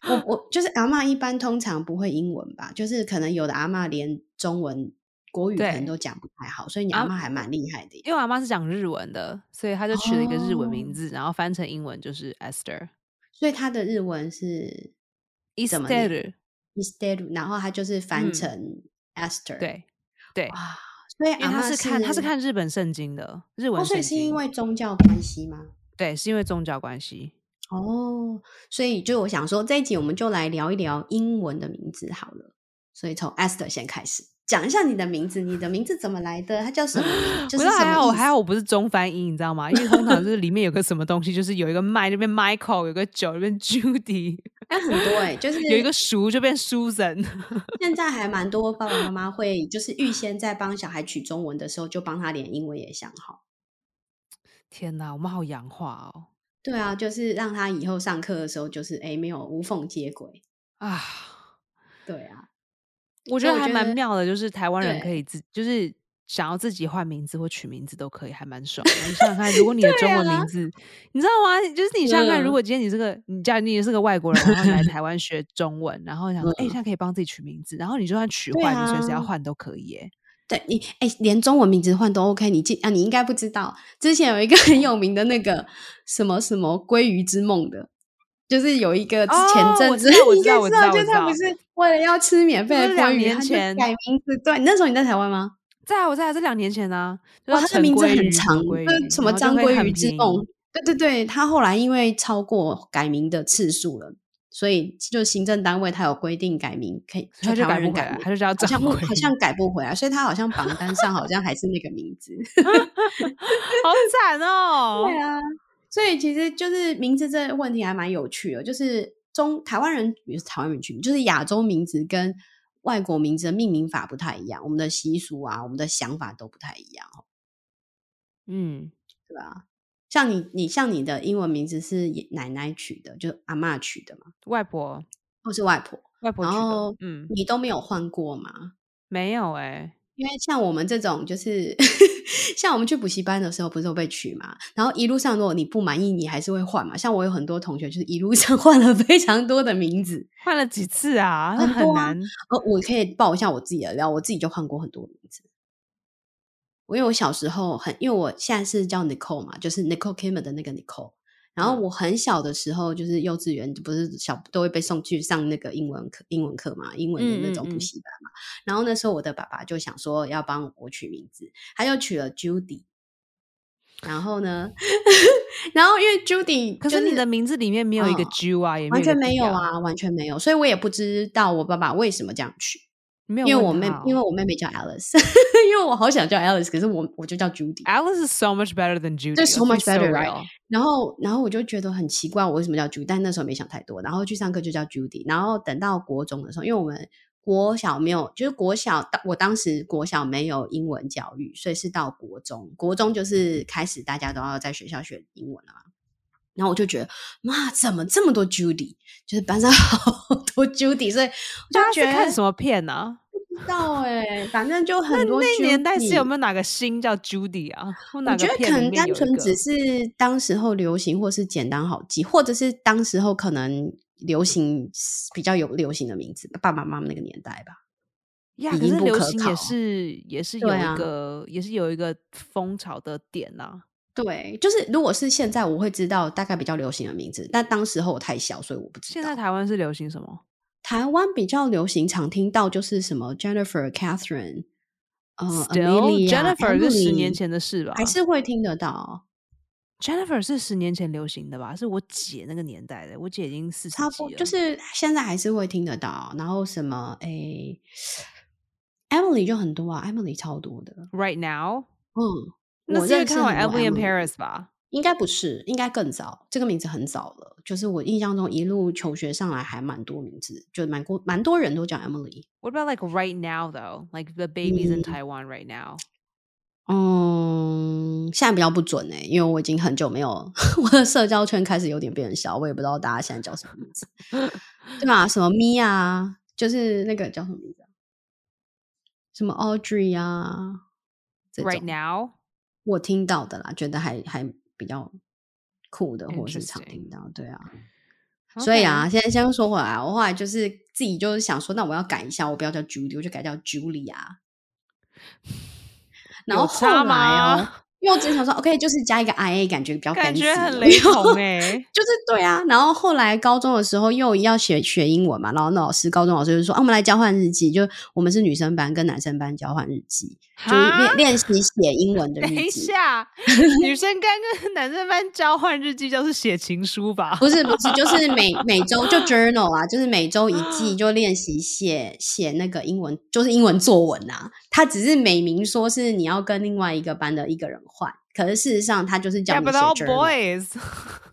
S2: 我，我就是阿妈，一般通常不会英文吧？就是可能有的阿妈连中文、国语可能
S1: 对
S2: 都讲不太好，所以你
S1: 啊
S2: 阿妈还蛮厉害的耶。
S1: 因为我阿妈是讲日文的，所以她就取了一个日文名
S2: 哦
S1: 字，然后翻成英文就是 Esther。
S2: 所以她的日文是怎么念
S1: Esther，
S2: e s t e r 然后她就是
S1: 嗯
S2: 翻成 Esther、，
S1: 对对，
S2: 哇，所以
S1: 因
S2: 阿
S1: 为他
S2: 妈
S1: 是看他是看日本圣经的日文
S2: 哦，所
S1: 圣经，
S2: 以是因为宗教关系吗？
S1: 对，是因为宗教关系。
S2: 哦，所以就我想说，这一集我们就来聊一聊英文的名字好了。所以从 Esther 先开始，讲一下你的名字，你的名字怎么来的？它叫什么？就
S1: 不
S2: 是
S1: 是
S2: 什
S1: 还好，
S2: 么意
S1: 还
S2: 思？
S1: 好我不是中翻英，你知道吗？因为通常就是里面有个什么东西，就是有一个麦就变 Michael，有个九就变 Judy，
S2: 但很多哎、就是
S1: 有一个熟就变 Susan。
S2: 现在还蛮多爸爸妈妈会就是预先在帮小孩取中文的时候，就帮他连英文也想好。
S1: 天哪，我们好洋化哦
S2: 对啊，就是让他以后上课的时候，就是哎没有无缝接轨。
S1: 啊！
S2: 对啊，
S1: 我觉得
S2: 所以我
S1: 还
S2: 觉
S1: 蛮
S2: 得
S1: 妙的，就是台湾人可
S2: 对
S1: 以自就是。想要自己换名字或取名字都可以，还蛮爽的。你想想看，如果你的
S2: 对
S1: 中文名
S2: 啊
S1: 字，你知道吗？就是你想想看，如
S2: 嗯
S1: 果今天你这个，你假如你也是个外国人，然后你 来台湾学中文，然后想说，哎、现在可以帮自己取名字，然后你就算取
S2: 嗯对
S1: 换，你随时要
S2: 啊
S1: 换都可以、耶。
S2: 对你，哎、连中文名字换都 OK 你。记啊，你应该不知道，之前有一个 很有名的那个什么什么《鲑鱼之梦》的，就是有一个之前
S1: 哦我
S2: 阵
S1: 知
S2: 子、
S1: 道我
S2: 你应
S1: 知道
S2: 该
S1: 我知
S2: 知
S1: 道
S2: 就
S1: 我
S2: 是
S1: 知
S2: 他
S1: 道
S2: 不是为了要吃免费
S1: 这
S2: 的
S1: 是两
S2: 鲑鱼，
S1: 年
S2: 他就
S1: 前
S2: 改名字。对，那时候你在台湾吗？
S1: 在啊我在啊这两年前呢、啊，就叫
S2: 哇，他的
S1: 陈
S2: 名字
S1: 鲑
S2: 很
S1: 鱼什么
S2: 长，
S1: 鲑
S2: 就是
S1: 鱼
S2: 什么
S1: 然后就
S2: 张
S1: 会
S2: 鲑
S1: 很
S2: 鱼之
S1: 便宜
S2: 梦。对对对，他后来因为超过改名的次数了，所以就行政单位他有规定改名可以，
S1: 他就
S2: 台
S1: 改
S2: 湾
S1: 不
S2: 人
S1: 回
S2: 改
S1: 来，
S2: 名
S1: 他就叫
S2: 好像
S1: 张
S2: 不
S1: 伟，
S2: 好像改不回来，所以他好像榜单上好像还是那个名字。
S1: 好惨 哦
S2: 对。啊，所以其实就是名字这个问题还蛮有趣的，就是中台湾人也是台湾人群，就是亚洲名字跟外国名字的命名法不太一样，我们的习俗啊，我们的想法都不太一样哦，
S1: 嗯，
S2: 对吧？像你，你像你的英文名字是爷奶奶取的，就是阿嬷取的嘛，
S1: 外婆，
S2: 或是外婆，
S1: 外婆
S2: 然
S1: 取的
S2: 后，
S1: 嗯，
S2: 你都没有换过吗？
S1: 没有哎，
S2: 因为像我们这种，就是 像我们去补习班的时候，不是都被取嘛？然后一路上，如果你不满意，你还是会换嘛。像我有很多同学，就是一路上 换了非常多的名字。
S1: 换了几次啊，那
S2: 很
S1: 很
S2: 多啊
S1: 难。
S2: 呃，我可以报一下我自己的料，我自己就换过很多名字。我因为我小时候很，因为我现在是叫 Nicole 嘛，就是 Nicole Kidman 的那个 Nicole。然后
S1: 嗯
S2: 我很小的时候，就是幼稚园，不是小都会被送去上那个英文课，英文课嘛，英文的那种
S1: 嗯嗯
S2: 补
S1: 嗯
S2: 习班嘛。然后那时候我的爸爸就想说要帮我取名字，他就取了 Judy。然后呢， 然后因为 Judy，
S1: 可
S2: 就是
S1: 你的名字里面没有一个
S2: 嗯
S1: G 啊，也
S2: 完全
S1: 没
S2: 没
S1: 一个 D
S2: 有，啊，完全没有，所以我也不知道我爸爸为什么这样取。
S1: 你没有
S2: 因为
S1: 问
S2: 我妹
S1: 他，
S2: 因为
S1: 哦
S2: 我妹妹叫 Alice，因为 我好想叫 Alice，可是我我就叫 Judy。
S1: Alice is so much better than Judy. 哦
S2: Just
S1: I
S2: so
S1: feel
S2: much better, right?
S1: real.
S2: 然后，然后我就觉得很奇怪，我为什么叫 Judy？但那时候没想太多，然后去上课就叫 Judy。然后等到国中的时候，因为我们国小没有，就是国小，当我当时国小没有英文教育，所以是到国中，国中就是开始大家都要在学校学英文了嘛。然后我就觉得，妈，怎么这么多 Judy？就是班上 好多 Judy，所以我
S1: 大家
S2: 就是觉得
S1: 看欸什么片呢、
S2: 不知道哎、反正就
S1: 那
S2: 很多 Judy。
S1: 那年代是有没有哪个星叫 Judy 啊？或哪
S2: 我
S1: 个
S2: 觉得
S1: 片
S2: 可
S1: 里
S2: 能
S1: 面
S2: 单
S1: 有一
S2: 纯只
S1: 个
S2: 是当时候流行，或是简单好记，或者是当时候可能流行比较有流行的名字，爸爸妈妈那个年代吧。
S1: 呀？可
S2: 已经
S1: 是
S2: 不
S1: 流
S2: 可
S1: 行也
S2: 考
S1: 是也是有
S2: 对
S1: 一
S2: 啊
S1: 个、也是有一个风潮的点呐、
S2: 对，就是如果是现在，我会知道大概比较流行的名字，但当时候我太小，所以我不知道。
S1: 现在台湾是流行什么？
S2: 台湾比较流行，常听到就是什么 Jennifer、Catherine，呃
S1: Still Jennifer 是十年
S2: Emily
S1: 前的事吧？
S2: 还是会听得到。
S1: Jennifer 是十年前流行的吧？是我姐那个年代的，我姐已经四十
S2: 差不
S1: 几
S2: 多
S1: 了。
S2: 就是现在还是会听得到。然后什么诶、e m i l y 就很多啊，Emily 超多的。
S1: Right now，
S2: 嗯，
S1: 那
S2: 我
S1: 是因为
S2: 认识
S1: 看完《
S2: 很多
S1: Emily in
S2: Emily
S1: Paris》吧？
S2: 应该不是，应该更早。这个名字很早了，就是我印象中一路求学上来还蛮多名字，就蛮多蛮多人都叫 Emily。
S1: What about like right now though? Like the babies in
S2: 嗯
S1: Taiwan right now?
S2: 嗯，现在比较不准哎、因为我已经很久没有 我的社交圈开始有点变小，我也不知道大家现在叫什么名字，对吧？什么 Mia，啊就是那个叫什么名字啊、什么 Audrey 啊，这种
S1: Right now?
S2: 我听到的啦，觉得还还比较酷的，或者是常
S1: Interesting
S2: 听到，对啊。所以啊，
S1: Okay，
S2: 现在先说回来，我后来就是自己就是想说，那我要改一下，我不要叫 Judy，我就改叫 Julia。然后
S1: 有
S2: 后
S1: 差
S2: 来哦
S1: 吗，
S2: 因为我只是想说，OK，就是加一个 IA，感觉比较
S1: 感觉
S2: fancy
S1: 很
S2: 有
S1: 雷
S2: 没有
S1: 同哎、
S2: 就是对啊，然后后来高中的时候又要学学英文嘛，然后那老师高中老师就说，啊，我们来交换日记，就我们是女生班跟男生班交换日记，就是
S1: 哈
S2: 练练习写英文 的
S1: 等一
S2: 日记。
S1: 下，女生班跟男生班交换日记就是写情书 吧？
S2: 不是不是，就是每每周就 journal 啊，就是每周一季就练习写写那个英文，就是英文作文啊。他只是美名说是你要跟另外一个班的一个人换，可是事实上他就是叫
S1: Yeah,
S2: 你
S1: but
S2: 写
S1: all
S2: journal。
S1: boys.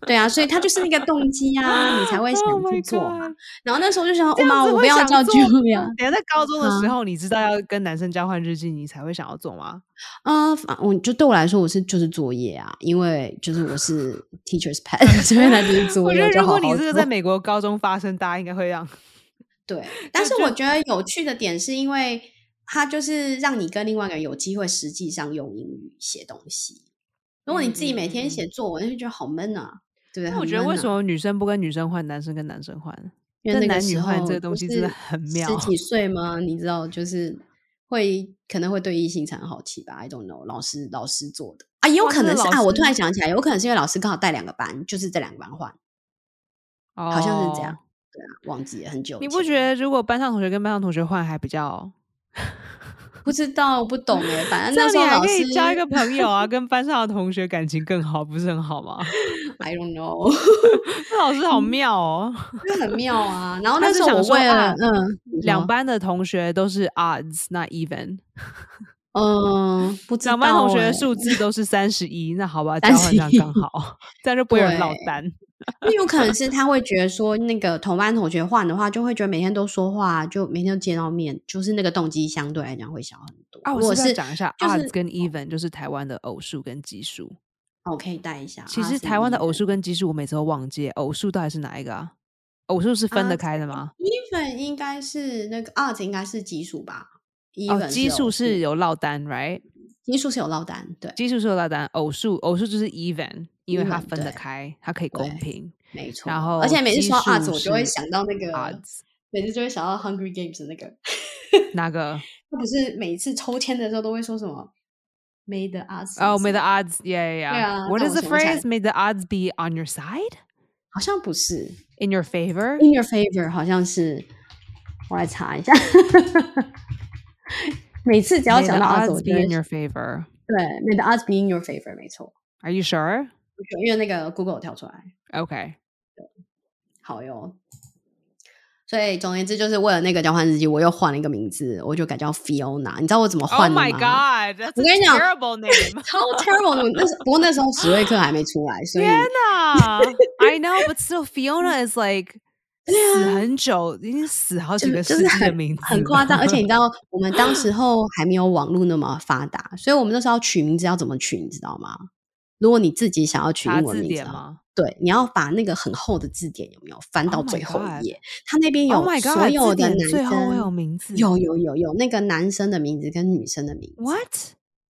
S2: 对啊，所以他就是那个动机啊，你才会
S1: Oh
S2: 想去
S1: my
S2: 做嘛。
S1: God
S2: 然后那时候就想，
S1: 这
S2: 哦
S1: 样
S2: 妈，
S1: 子
S2: 我不
S1: 会
S2: 要啊
S1: 想
S2: 叫
S1: 做
S2: Julia。
S1: 等一下在高中的时候，你知道要跟男生交换日记，你才会想要做吗？
S2: 啊，反我就对我来说，我是就是作业啊，因为就是我是 teacher's pet，所 以它就是作
S1: 我
S2: 业。
S1: 觉得
S2: 就
S1: 如果
S2: 好
S1: 你
S2: 好
S1: 这个
S2: 做
S1: 在美国高中发生，大家应该会让
S2: 对，但
S1: 就是
S2: 我
S1: 就
S2: 觉得有趣的点是因为它就是让你跟另外一个人有机会实际上用英语写东西。如果你
S1: 嗯
S2: 自己
S1: 嗯嗯
S2: 每天
S1: 嗯
S2: 写作文，就觉得好闷啊，对不对？
S1: 那我
S2: 很
S1: 觉得
S2: 闷
S1: 为
S2: 啊
S1: 什么女生不跟女生换，男生跟男生换？
S2: 因为
S1: 这
S2: 那个
S1: 男女
S2: 时
S1: 换
S2: 候
S1: 这个
S2: 就
S1: 东西真的
S2: 是
S1: 很妙
S2: 十几岁嘛，你知道，就是会可能会对异性产生好奇吧？I don't know，老师老师做的啊，也有
S1: 哇
S2: 可
S1: 这
S2: 能
S1: 个
S2: 是
S1: 老
S2: 啊，我突然
S1: 师
S2: 想起来，有可能是因为老师刚好带两个班，就是这两个班换，
S1: 哦，
S2: 好像是这样。。对啊，忘记了很久以前了。
S1: 你不觉得如果班上同学跟班上同学换还比较
S2: 不知道，我不懂哎。反 正
S1: 那
S2: 啊那时
S1: 你
S2: 候
S1: 还
S2: 老
S1: 可
S2: 师
S1: 以交一个朋友啊，跟班上的同学感情更好，不是很好吗？
S2: ，I don't know，
S1: 这老师好
S2: 嗯
S1: 妙哦，
S2: 就很妙啊。然后
S1: 他
S2: 那
S1: 是
S2: 时候
S1: 想
S2: 我
S1: 说
S2: 为
S1: 啊
S2: 了嗯，你
S1: 两
S2: 说
S1: 班的同学都是 odds not even，
S2: 嗯，不知道
S1: 两班同学
S2: 欸
S1: 的数字都是三十一，那好吧，交
S2: 31
S1: 换上刚好， 这样就不会有人落
S2: 对
S1: 单。
S2: 那有可 能是他会觉得说，那个同班同学换的话，就会觉得每天都说话，就每天都见到面，就是那个动机相对来讲会小很多。
S1: 啊，
S2: 如
S1: 我
S2: 果
S1: 是不是
S2: 是
S1: 要讲一下
S2: 就
S1: odds
S2: 是
S1: 跟 even，就是台湾的偶数跟奇数。
S2: 哦我可以带一下。
S1: 其
S2: 啊
S1: 实
S2: 是
S1: 台湾的偶
S2: even
S1: 数跟奇数我每次都忘记，偶数到底是哪一个啊？偶数是分
S2: 啊
S1: 得开的吗？
S2: even 应该是那个 art 应该是奇数吧
S1: 哦，
S2: ？even
S1: 奇数
S2: 有
S1: 是有落单，right？
S2: 奇数是有落单，对，
S1: 奇数是有落单，偶数偶数就是 even，因为它
S2: even，
S1: 分得
S2: 对
S1: 开，它可以公
S2: 对
S1: 平。
S2: 没错。
S1: 然后
S2: 而且每次
S1: 奇
S2: 说到 art，
S1: 数
S2: 我就会
S1: 是啊
S2: 想到那个，
S1: odds
S2: 每次就会想到 Hungry Games 的那个，
S1: 哪个？
S2: 他不是每次抽签的时候都会说什么 May the odds
S1: 哦、m a y the
S2: 什么
S1: odds, yeah, yeah.
S2: 对
S1: yeah.
S2: 啊
S1: What
S2: 那
S1: is the
S2: 我想不起来
S1: phrase? May the odds be on your side,
S2: 好像不是，
S1: in your favor.
S2: In your favor 好像是，我来查一下。 每次只要
S1: May the
S2: 讲到 odds，我
S1: odds
S2: 就
S1: be
S2: 会
S1: in your favor.
S2: 对 May the odds be in your favor，没错，
S1: Are you sure?
S2: 因为那个 Google 跳出来，
S1: Okay.
S2: 好哟。所以总而言之，就是为了那个交换日记，我又换了一个名字，我就改叫 Fiona。你知道我怎么
S1: Oh
S2: 换的吗
S1: my god, that's
S2: 我
S1: a
S2: 跟你讲
S1: terrible name.
S2: 超 terrible！的那时不过那时候史瑞克还没出 来，所以
S1: Fiona, I know, but still Fiona is like 死很久，已经死好几
S2: 啊就
S1: 个
S2: 就
S1: 世
S2: 是
S1: 纪的
S2: 很
S1: 名字
S2: 很
S1: 了
S2: 夸张，而且你知道，我们当时候还没有网络那么发达，所以我们那时候要取名字要怎么取，你知道吗？如果你自己想要取
S1: 查
S2: 英文
S1: 字
S2: 名字啊
S1: 典
S2: 的话，
S1: 吗
S2: 对，你要把那个很厚的字典有没有翻
S1: Oh
S2: 到
S1: my
S2: 最后
S1: God
S2: 一页？它那边有
S1: Oh my
S2: 所
S1: god，
S2: 有
S1: 字
S2: 的
S1: 典
S2: 男
S1: 最后会有
S2: 生，
S1: 名字。
S2: 有有有有那个男生的名字跟女生的名字
S1: What？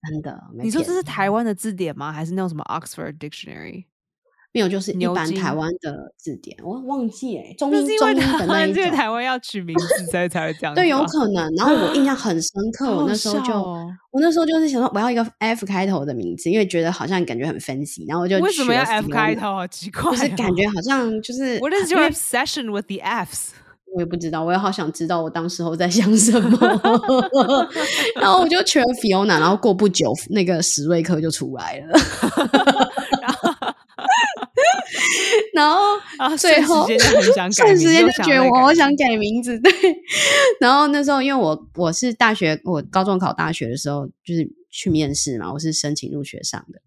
S2: 真的，没
S1: 你说这
S2: 骗
S1: 是
S2: 你
S1: 台湾的字典吗？还是那种什么 Oxford Dictionary？
S2: 没有？就是一
S1: 牛
S2: 般台
S1: 津
S2: 湾的字典，我忘记哎、中
S1: 那
S2: 英
S1: 是因
S2: 中
S1: 为
S2: 英
S1: 台
S2: 的那
S1: 湾，
S2: 一
S1: 这
S2: 种
S1: 个，台湾要取名字，所以才会这样。
S2: 对，有可能。然后我印象很深刻，
S1: 好
S2: 我
S1: 好
S2: 那时候
S1: 笑
S2: 就。
S1: 哦
S2: 我那时候就是想说，我要一个 F 开头的名字，因为觉得好像感觉很分析，然后我就
S1: 为什么
S2: 取
S1: 要
S2: 了
S1: F 开
S2: Fiona？
S1: 头？好奇怪哦、
S2: 就是感觉好 像就是，啊
S1: What is
S2: 因
S1: your
S2: 为
S1: obsession with the Fs？
S2: 我也不知道，我也好想知道我当时候在想什么。 然后我就取了 Fiona，然后过不久那个史瑞克就出来了， 然后
S1: 啊，
S2: 最后
S1: 瞬时间就很想改
S2: 瞬
S1: 名，
S2: 时间
S1: 又
S2: 就
S1: 想
S2: 觉得
S1: 那
S2: 我
S1: 个
S2: 我想改名字，对。 然后那时候因为我我是大学，我高中考大学的时候就是去面试嘛，我是申请入学上的。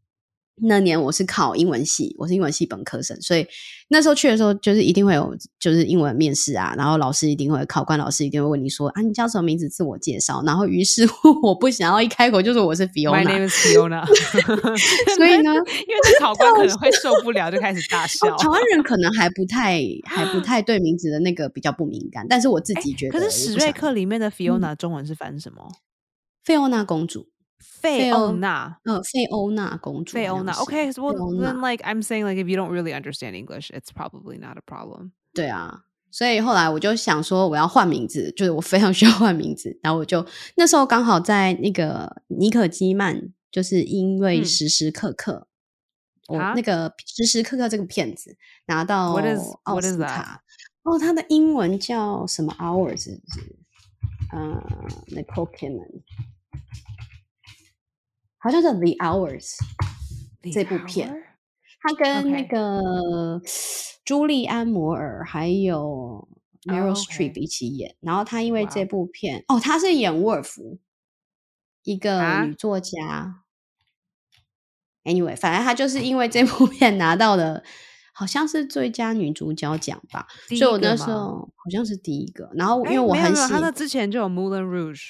S2: 那年我是考英文系，我是英文系本科生，所以那时候去的时候就是一定会有就是英文面试啊，然后老师一定会考官老师一定会问你说啊你叫什么名字自我介绍，然后于是乎 我不想要一开口就说我是
S1: My
S2: Fiona，
S1: name is Fiona，
S2: 所以 呢，
S1: 因为这考官可能会受不了，就开始大笑
S2: 哦。台湾人可能还不太还不太对名字的那个比较不敏感，但是我自己觉得
S1: 哎可
S2: 我不
S1: 是
S2: 想
S1: 史
S2: 要，
S1: 瑞克里面的 Fiona 中文是翻什么？
S2: 菲欧娜公主，
S1: 费
S2: 费
S1: 欧
S2: 欧
S1: 娜，
S2: 呃，费欧娜公主好像是，
S1: 费欧娜。Okay, so
S2: 费欧
S1: well
S2: 娜
S1: then, like I'm saying, like if you don't really understand English, it's probably not a problem.
S2: 对啊，所以后来我就想说我要换名字，就是我非常 需要换名字，然后我就那时候刚好在那个尼可基曼，就是因为
S1: 嗯
S2: 时时刻刻。我
S1: 啊
S2: 那个时时刻刻这个骗子拿到
S1: is-
S2: 奥
S1: what is
S2: 斯
S1: that？
S2: 卡哦，他的英文叫什么 hour 是不是？呃，Nicole Kidman，好像是 The Hours，
S1: The
S2: 这部片
S1: Hour？
S2: 他跟那
S1: OK
S2: 个朱莉安·摩尔还有 Meryl Streep
S1: 哦 OK
S2: 一起演，然后他因为
S1: 哇
S2: 这部片哦，他是演沃尔夫，一个
S1: 啊
S2: 女作家。Anyway，反正他就是因为这部片拿到了好像是最佳女主角奖吧，
S1: 第
S2: 所以
S1: 一
S2: 我
S1: 个
S2: 那时
S1: 吗
S2: 候好像是第一个。然后
S1: 哎
S2: 因为我
S1: 没有
S2: 很
S1: 没有
S2: 喜
S1: 他那之前就有 Moulin Rouge，
S2: 《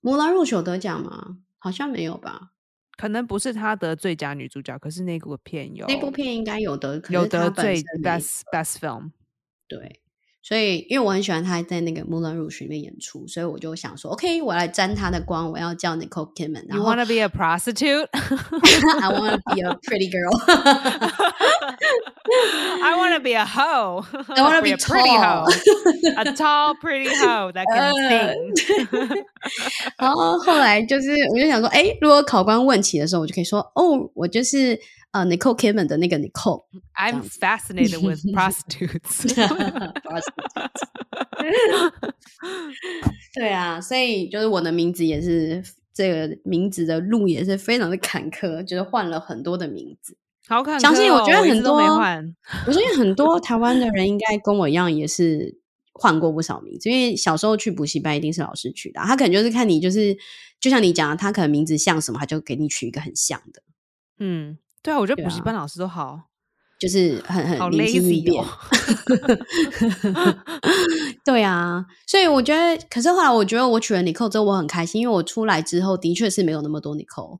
S2: 摩兰入手》得奖吗？好像没有吧？
S1: 可能不是他得最佳女主角，可是那部片有
S2: 那部片应该有得，可
S1: 有
S2: 是它
S1: 得
S2: 本
S1: 最
S2: 身没
S1: best best film。
S2: 对，所以因为我很喜欢他在那个《Moulin Rouge》里面演出，所以我就想说，OK，我要来沾他的光，我要叫 Nicole Kidman，然
S1: You
S2: 后
S1: wanna be a prostitute?
S2: I want to be a pretty girl，I
S1: I wanna be a hoe. I
S2: want to be
S1: a pretty hoe.
S2: tall。
S1: A tall, pretty hoe that can
S2: 呃
S1: sing.
S2: 然后后来就是，我就想说，哎，如果考官问起的时候，我就可以说，哦，我就是呃 Nicole Kidman 的那 个 Nicole。
S1: I'm
S2: Sounds-
S1: fascinated with prostitutes.
S2: 对对啊，所以就是我的名字也是这个名字的路也是非常的坎坷，就是换了很多的名字。
S1: 好看、哦，
S2: 相信
S1: 我
S2: 觉得
S1: 一
S2: 很
S1: 直都
S2: 多
S1: 没换，
S2: 我相信很多台湾的人应该跟我一样，也是换过不少名字。因为小时候去补习班一定是老师取的啊，他可能就是看你就是，就像你讲的，他可能名字像什么，他就给你取一个很像的，
S1: 嗯，对啊，我觉得
S2: 对
S1: 补习
S2: 啊
S1: 班老师都好
S2: 就是很
S1: 好
S2: 很灵机一
S1: lazy
S2: 变
S1: 哦。，
S2: 对啊，所以我觉得，可是后来我觉得我娶了 Nicole 之后，我很开心，因为我出来之后的确是没有那么多 Nicole，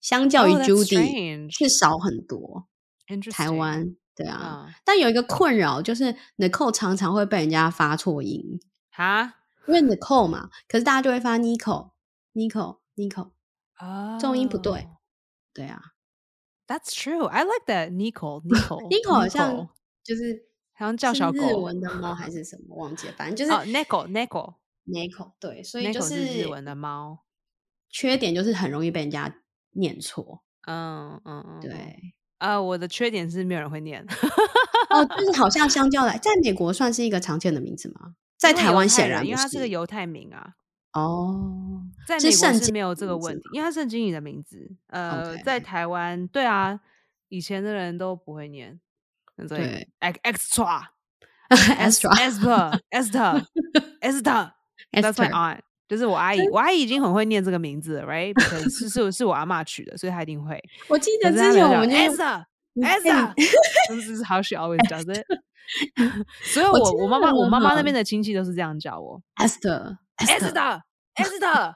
S2: 相较于
S1: Oh, that's
S2: Judy、
S1: strange.
S2: 是少很多。台
S1: Interesting.
S2: 湾对啊，
S1: 啊
S2: 但有一个困扰就是 Nicole 常常会被人家发错音，
S1: 哈
S2: 因为 Nicole 嘛，可是大家就会发 Nico Nico Nico，
S1: 啊，
S2: 重音不对。对啊
S1: That's true. I like that. Nicole, Nicole,
S2: ，Nico 好像
S1: Nicole
S2: 就是
S1: 好像叫
S2: 是
S1: 小
S2: 日
S1: 狗
S2: 文的猫还是什么忘记了，反正就是
S1: 哦 n i c o n i c o
S2: Nico 对，所
S1: n i
S2: 以
S1: c
S2: 就
S1: o 是
S2: 是
S1: 日文的猫。
S2: 缺点就是很容易被人家念错，
S1: 嗯嗯嗯，
S2: 对。
S1: 嗯。啊，我的缺点是没有人会念，
S2: 哦，就是好像相较来，在美国算是一个常见的名字吗？在
S1: 因为
S2: 台
S1: 犹
S2: 湾
S1: 太
S2: 显
S1: 人
S2: 然
S1: 因
S2: 不
S1: 为它是个
S2: 是
S1: 犹太名啊，
S2: 哦，
S1: 在
S2: 是
S1: 美国
S2: 圣
S1: 是
S2: 经
S1: 没有
S2: 的
S1: 这个
S2: 名字
S1: 问
S2: 吗
S1: 题，因为它圣经里的名字，呃
S2: OK 嗯
S1: 在台湾，对啊，以前的人都不会念，所以
S2: 对
S1: ex- extra es-
S2: ，Astra
S1: Esther Esther Esther That's my
S2: Esther
S1: aunt，就是我阿姨，我阿姨已经很会念这个名字了，right？Because 是是是我阿嬷取的，所以她一定会。
S2: 我记
S1: 可
S2: 得
S1: 是她
S2: 之
S1: 没
S2: 前
S1: 有啊
S2: 我们就
S1: Esther
S2: 你哎你
S1: Esther，this is how she always does it。所以
S2: 我
S1: 我
S2: 记
S1: 我
S2: 得
S1: 妈妈我妈妈那
S2: 了
S1: 边的亲戚都是这样叫我
S2: Esther Esther，
S1: Esther Esther，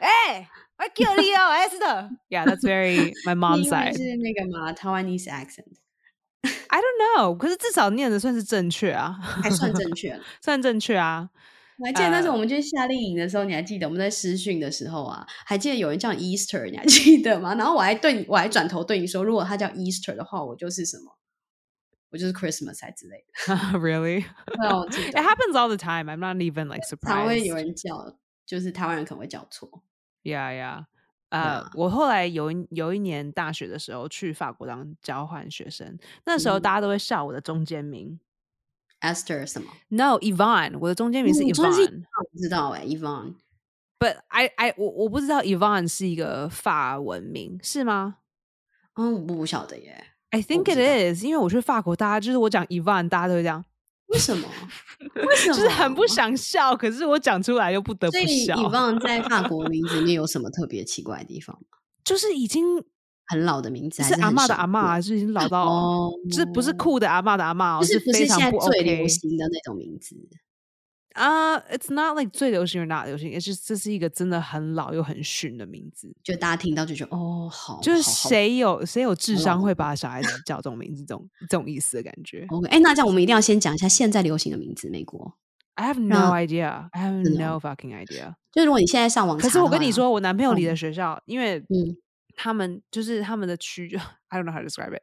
S1: 哎，我叫你哦 Esther。Yeah，that's very my
S2: 你
S1: mom's
S2: 因为
S1: side。
S2: 是那个嘛 Taiwanese accent，
S1: I don't know，可是至少念的算是正确啊，
S2: 还算正确了。
S1: 算正确啊。
S2: 我还记得那时候
S1: 呃
S2: 我们去夏令营的时候，你还记得我们在私训的时候啊，还记得有人叫 Easter，你还记得吗？然后我还对你，我还转头对你说，如果他叫 Easter 的话，我就是什么，我就是 Christmas 还之类的。
S1: really?
S2: 对啊，我记
S1: It
S2: 得
S1: happens all the time. I'm not even like
S2: 常会
S1: surprised.
S2: 有人叫，就是台湾人可能会叫错。
S1: Yeah, yeah.
S2: 啊
S1: 呃、我后来有一有一年大学的时候去法国当交换学生，那时候
S2: 嗯
S1: 大家都会笑我的中间名。
S2: Esther 什么？
S1: No, Yvonne，我的中间名是
S2: 嗯中间是
S1: Yvonne，but、
S2: 啊我不知道哎、e v o n
S1: I I 我我不知道 Yvonne 是一个法文名是吗
S2: 嗯，我不晓得耶，
S1: ？I think
S2: 不
S1: it
S2: 知道
S1: is，因为我去法国，大家就是我讲 Yvonne，大家都会这样，
S2: 为什么？为什
S1: 就是
S2: 么？
S1: 很不想笑，可是我讲出来又不得不
S2: 哦所以
S1: 笑，
S2: Yvonne 在法国名字里面有什么特别奇怪的地方吗？
S1: 就是已经
S2: 很老的名字，
S1: 就
S2: 还
S1: 是阿
S2: 妈
S1: 嬷的阿嬷，啊
S2: 妈
S1: 就是已经老到
S2: 哦，
S1: 这不是酷的阿嬷的阿嬷哦，
S2: 就是不
S1: 非
S2: 是
S1: 常
S2: 现在
S1: 不
S2: 最
S1: OK
S2: 流行的那种名字。
S1: 啊、i t s not like 最流行 or not 流行，也是这是一个真的很老又很逊的名字，
S2: 就大家听到就觉得哦，好，
S1: 就是
S2: 好好
S1: 谁有谁有智
S2: 好老
S1: 商
S2: 的
S1: 会把小孩子叫这种名字，这种这种意思的感觉。
S2: OK？哎，那这样我们一定要先讲一下现在流行的名字。美国
S1: I have
S2: 那
S1: no idea, I have
S2: 真的哦
S1: no fucking idea。
S2: 就是如果你现在上网查
S1: 可
S2: 的话，
S1: 是我跟你说，我男朋友离
S2: 嗯
S1: 的学校，因为
S2: 嗯
S1: 他们就是 他们的区，I don't know how to describe it，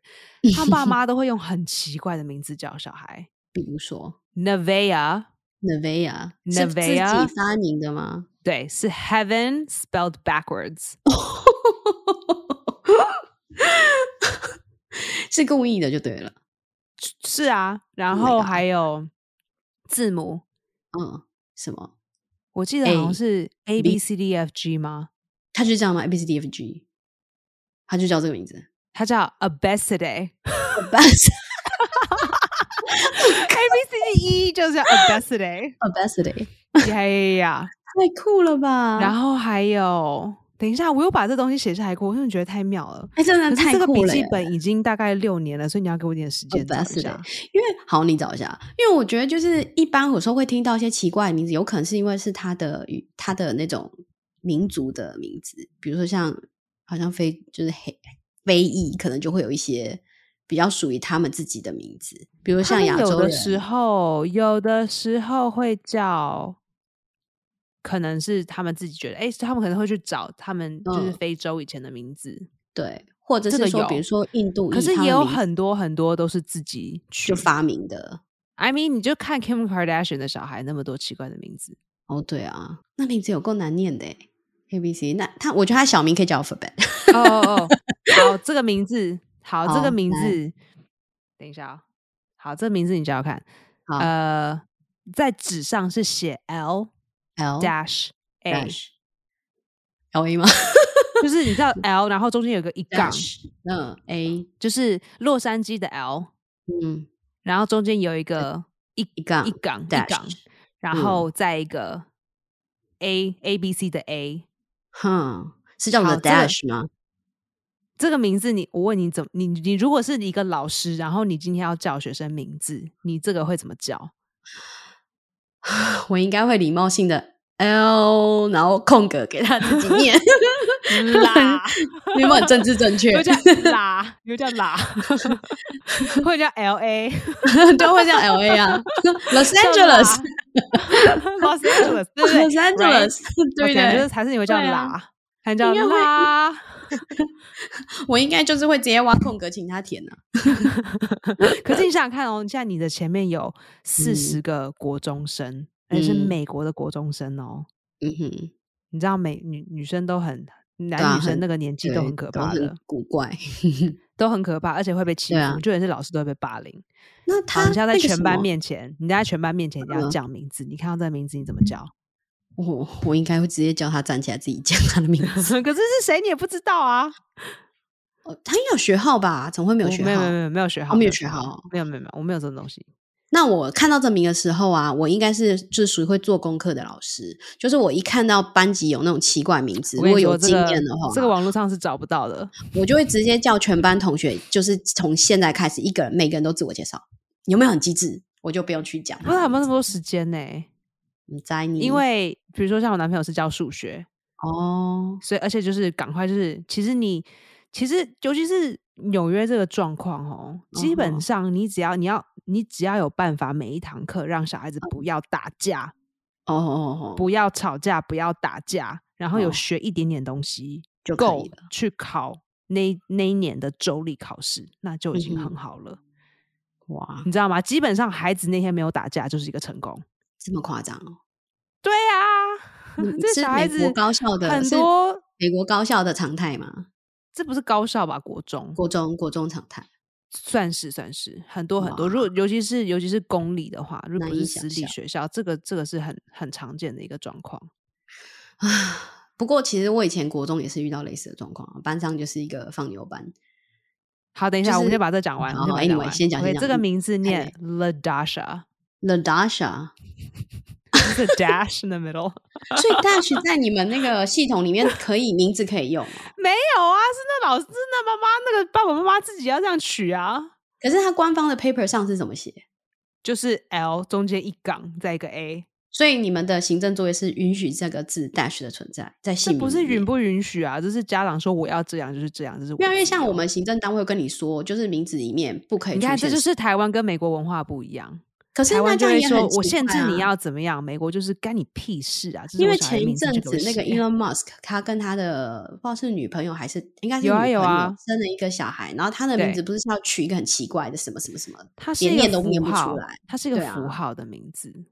S1: 他爸妈都会用很奇怪的名字叫小孩
S2: 比如说
S1: ，Nevea。
S2: Nevea 是自
S1: Nevea
S2: 己发明的吗？
S1: 对，是 heaven spelled backwards。
S2: 哦是故意的就对了。
S1: 是啊，然
S2: Oh my
S1: 后
S2: God
S1: 还有字母，
S2: 嗯，什么？
S1: 我记得好像
S2: A，
S1: 是 A
S2: B
S1: B C D E F G 吗？
S2: 他就叫吗？A B C D E F G，他就叫这个 名字。
S1: 它叫 obesity。A B C D E 就叫 obesity。
S2: Obesity，
S1: 呀呀
S2: 啊
S1: 呀！
S2: 太酷了吧！
S1: 然
S2: 后，
S1: 后还有，等一下，我又把这东西写下来过，我真的觉得太妙了。
S2: 哎，真
S1: 可
S2: 的
S1: 是这
S2: 太
S1: 个
S2: 酷
S1: 笔
S2: 了
S1: 记
S2: 耶！哦
S1: 本已经大概六年了，所以你要给我一点时间找一
S2: Obesity
S1: 下。
S2: 因为好，你找一下，啊因为我觉得就是一般有时候会听到一些奇怪的名字，有可能是因为是他的语，他的那种民族的名字，比如说像好像非就是黑非裔，可能就会有一些比较属于他们自己的名字，比如
S1: 他
S2: 像
S1: 们
S2: 亚
S1: 有
S2: 洲
S1: 的
S2: 人，
S1: 时候，有的时候会叫，可能是他们自己觉得，哎、他们可能会去找他们就是
S2: 嗯
S1: 非洲以前的名字，
S2: 对，或者
S1: 这个
S2: 是说比
S1: 有
S2: 如说印度裔，
S1: 可是
S2: 他
S1: 也
S2: 们
S1: 有
S2: 名字
S1: 很多很多都是自己取
S2: 就。发明的。
S1: I mean，你就看 Kim Kardashian 的小孩那么多奇怪的名字，
S2: 哦，对啊，那名字有够难念的欸 A B C，那他我觉得他小名可以叫 alphabet。
S1: 哦哦哦，好，这个名字，好，这
S2: 好
S1: 个名
S2: 来
S1: 字，等一下啊、好，这个名字你找找看，
S2: 好
S1: 呃，在纸上是写 L，
S2: L
S1: dash a，
S2: dash L A 吗？
S1: 就是你知道 L，然后中间有个一杠，
S2: Dash，嗯 A
S1: 就是洛杉矶的 L，
S2: 嗯
S1: 然后中间有一个一
S2: 一杠
S1: 一杠一
S2: dash
S1: 杠，然
S2: 嗯
S1: 后再一个 A A B C 的 A。
S2: 哼，是叫我
S1: 好
S2: 们
S1: 这
S2: 的
S1: 个
S2: dash 吗？
S1: 这个名字你，我问你怎么，你你如果是一个老师，然后你今天要叫学生名字，你这个会怎么叫？
S2: 我应该会礼貌性的 L，然后空格给他自己念，
S1: 啦，
S2: 有没有很政治正确？
S1: 又叫啦，又叫啦，会叫 L A
S2: 都会叫 L A 啊 ，Los Angeles，Los
S1: Los Angeles，对不对
S2: Angeles，对
S1: 感觉
S2: 的，
S1: 还是你会叫
S2: 对啊
S1: 啦，还叫
S2: 应该会
S1: 啦，
S2: 我应该就是会直接挖空格请他填啊。
S1: 可是你想想看哦，现在你的前面有四十个国中生，而且是
S2: 嗯
S1: 美国的国中生哦。
S2: 嗯哼，
S1: 你知道美女女生都很
S2: 啊
S1: 男女生
S2: 很
S1: 那个年纪
S2: 对
S1: 都很可怕
S2: 都
S1: 的
S2: 很，古怪。
S1: 都很可怕，而且会被欺
S2: 对
S1: 负，
S2: 啊
S1: 就连是老师都会被霸凌。
S2: 那
S1: 好，
S2: 他
S1: 你现在在
S2: 那个
S1: 全
S2: 什
S1: 班
S2: 么，
S1: 面前，你在全班面前一定要
S2: 嗯
S1: 叫名字，你看到这个名字你怎么 叫？
S2: 我我应该会直接叫他站起来自己讲他的名
S1: 可
S2: 字。
S1: 是是谁你也不知道啊，
S2: 哦他应该有学号吧？怎么 会没
S1: 没
S2: 有学号？
S1: 没有没有没有学号，
S2: 没有
S1: 学
S2: 学号
S1: 号
S2: 哦，
S1: 没有没有没有，我没有这种东西。
S2: 那我看到这名的时候啊，我应该是就是属于会做功课的老师，就是我一看到班级有那种奇怪名字，
S1: 我
S2: 如
S1: 跟
S2: 果
S1: 你
S2: 有
S1: 说，这
S2: 经
S1: 个
S2: 验的话，
S1: 这个网络上是找不到 的。
S2: 我就会直接叫全班同学，就是从现在开始，一个人每个人都自我介绍，有没有很机智？我就不用去讲他
S1: 不知道有
S2: 的
S1: 没有
S2: 名
S1: 那
S2: 字，
S1: 么多时间
S2: 嗯
S1: 呢？
S2: 你在你
S1: 因为比如说像我男朋友是教数学，
S2: 哦，
S1: 所以而且就是赶快就是，其实你其实尤其是纽约这个状况哦，基
S2: 嗯
S1: 本
S2: 哼
S1: 上你只要你要你只要有办法，每一堂课让小孩子不要打架，
S2: 哦哦哦哦，
S1: 不要吵架，不要打架，然后有
S2: 哦
S1: 学一点点东西
S2: 就可
S1: 够
S2: 以了。
S1: 去考那一那一年的州立考试，那就已经
S2: 嗯哼
S1: 很好了，
S2: 哇，
S1: 你知道吗？基本上孩子那天没有打架就是一个成功。
S2: 这么夸张哦！
S1: 对啊，
S2: 嗯
S1: 这
S2: 是
S1: 小孩
S2: 美国
S1: 子
S2: 高校的
S1: 很
S2: 是
S1: 多
S2: 美国高校的常态嘛，
S1: 这不是高校吧？国中
S2: 国中国中常态，
S1: 算是算是很多很多，如果尤其是尤其是公立的话，如果
S2: 难
S1: 不
S2: 以
S1: 是
S2: 想
S1: 私立
S2: 象
S1: 学校，这个这个是很很常见的一个状况。
S2: 啊， 不过其实我以前国中也是遇到类似的状况啊，班上就是一个放牛班，
S1: 好，等一下，
S2: 就
S1: 我们先
S2: 是
S1: 把这讲完。我们
S2: 好
S1: 先把
S2: anyway，
S1: 这
S2: 先讲
S1: o k
S2: 先
S1: 这
S2: 讲
S1: 个
S2: 嗯
S1: 名字
S2: 太
S1: 念 Ladasha，
S2: Ladasha，
S1: 是 dash in the middle。
S2: 所以 Dash 在你们那个系 统里面可以名字可以用哦，
S1: 没有啊，是那老师、那妈妈、那个爸爸妈妈自己要这样取啊，
S2: 可是它官方的 paper 上是怎么写？
S1: 就是 L 中间一杠再一个 A，
S2: 所以你们的行政作业是允许这个字 dash 的存在在
S1: 这
S2: 姓
S1: 不
S2: 名
S1: 是
S2: 里面
S1: 允不允许啊？这是家长说我要这样就是这样，这是我
S2: 越来越
S1: 自己
S2: 像我
S1: 要
S2: 们行政单位跟你说，就是名字里面不可以
S1: 哦你
S2: 出
S1: 看，
S2: 现。
S1: 这就是台湾跟美国文化不一样。
S2: 可是
S1: 台
S2: 那
S1: 湾
S2: 这
S1: 就会
S2: 样也很
S1: 说，我
S2: 奇
S1: 限制
S2: 怪
S1: 你
S2: 啊
S1: 要怎么样，美国就是干你屁事啊！这是
S2: 因
S1: 我
S2: 为
S1: 小孩
S2: 前一
S1: 名字
S2: 阵
S1: 就给我
S2: 子那个
S1: 写
S2: Elon Musk，他跟他的不知道是女朋友还是应该是
S1: 有
S2: 女
S1: 啊
S2: 朋
S1: 有
S2: 友
S1: 啊
S2: 生了一个小孩，然后他的名
S1: 对
S2: 字不是要取一个很奇怪的什么什么什么，
S1: 它是
S2: 连
S1: 一
S2: 念
S1: 个
S2: 都念
S1: 符
S2: 不
S1: 号
S2: 出来。，
S1: 它是一个
S2: 对啊
S1: 符号的名字，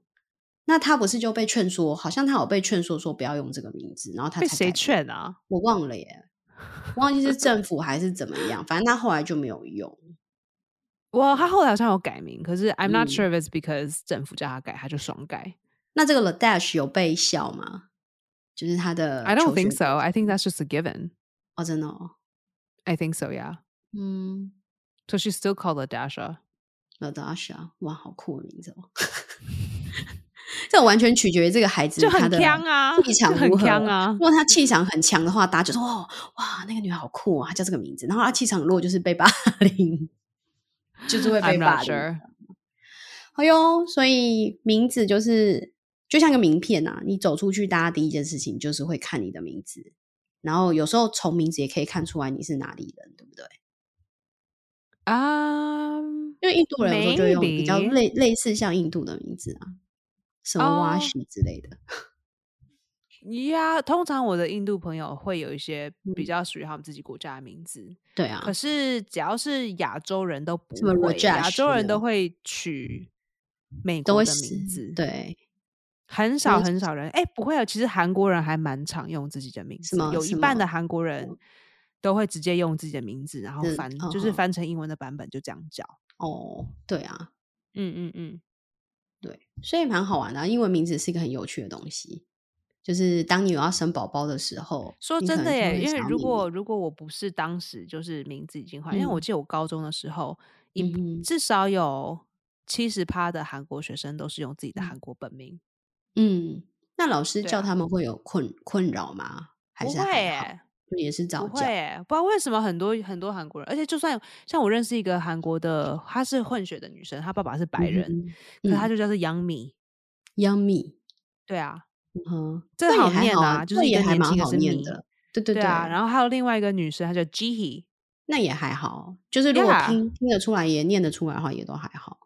S2: 那他不是就被劝说，好像他有被劝说说不要用这个名字，然后他
S1: 被
S2: 才
S1: 谁
S2: 改名
S1: 劝啊？
S2: 我忘 了耶，忘记是政府还是怎么样，反正他后来就没有用。
S1: 我他后来好像有改名，可是 I'm not
S2: 嗯
S1: sure if it's because 政府叫他改，他就爽改。
S2: 那这个 Ladash 有被笑吗？就是他的
S1: I don't
S2: 求学
S1: think so. I think that's just a given.
S2: 哦，真的哦，
S1: I think so. Yeah.
S2: 嗯
S1: So she's still called a Dasha.
S2: ，Ladash 啊，哇，好酷的名字哦！ 这完全取决于这个孩子
S1: 就
S2: 他
S1: 很
S2: 的
S1: 强啊就
S2: 气场
S1: 很
S2: 如何哦
S1: 强啊
S2: 如果他气场很强的话，大家就说哦，哇，那个女孩好酷啊，她叫这个名字。然后她气场弱，就是被霸凌，就是会被
S1: I'm
S2: 霸
S1: not
S2: 凌。
S1: sure.
S2: 哎呦，所以名字就是就像个名片啊，你走出去，大家第一件事情就是会看你的名字，然后有时候从名字也可以看出来你是哪里人，对不对？
S1: Um.
S2: 因为印度人有时候就会用比较
S1: Maybe
S2: 类类似像印度的名字啊，什么
S1: 哦
S2: 瓦西之类的。
S1: Yeah，通常我的印度朋友会有一些比
S2: 嗯
S1: 较属于他们自己国家的名字，
S2: 对啊
S1: 可，是只要是亚洲人都不
S2: 什么
S1: 会，亚
S2: Rajesh
S1: 洲人
S2: 的
S1: 都会取美
S2: 都
S1: 国
S2: 会
S1: 的
S2: 是
S1: 名字，，
S2: 对，
S1: 很少
S2: 是
S1: 很少人，哎、不会有，其实韩国人还蛮常用自己的名字，
S2: 么
S1: 有一
S2: 什
S1: 半的
S2: 么
S1: 韩国人都会直接用自己的名字，然后
S2: 嗯
S1: 翻，就是
S2: 嗯嗯
S1: 翻成英文的版本就这样叫，
S2: 哦，对啊，
S1: 嗯嗯嗯，
S2: 对，所以蛮好玩的啊、英文名字是一个很有趣的东西。就是当你有要生宝宝的时候，
S1: 说
S2: 你
S1: 真
S2: 可
S1: 的
S2: 能就
S1: 耶，
S2: 会
S1: 因为
S2: 想
S1: 如
S2: 你
S1: 果如果我不是当时就是名字已经换，因为我
S2: 嗯
S1: 记得我高中的时候，一
S2: 嗯哼
S1: 至少有七十趴的韩国学生都是用自己的
S2: 嗯
S1: 韩国本名，
S2: 嗯，那老师
S1: 对
S2: 叫
S1: 啊
S2: 他们会有困困扰吗？还
S1: 不
S2: 是
S1: 会
S2: 还好？
S1: 耶，
S2: 就也是
S1: 不
S2: 早
S1: 会
S2: 教，
S1: 耶，不知道为什么很多很多韩国人，而且就算像我认识一个韩国的，她是混血的女生，她爸爸是白
S2: 嗯
S1: 人，
S2: 哼
S1: 可她
S2: 嗯
S1: 就叫做杨米，
S2: ，yummy，
S1: 对啊，
S2: 嗯哼，
S1: 这
S2: 那
S1: 个
S2: 也
S1: 好
S2: 还
S1: 念
S2: 好啊，
S1: 啊，就
S2: 那
S1: 是一
S2: 也
S1: 个
S2: 还
S1: 年
S2: 蛮
S1: 轻的
S2: 好
S1: 是
S2: 念
S1: 米，
S2: 的，对对
S1: 对
S2: 对，
S1: 啊，然后还有另外一个女生，她叫 Jihi，
S2: 那也还好，就是如果
S1: yeah。
S2: 拼拼得出来，也念得出来的话，也都还好。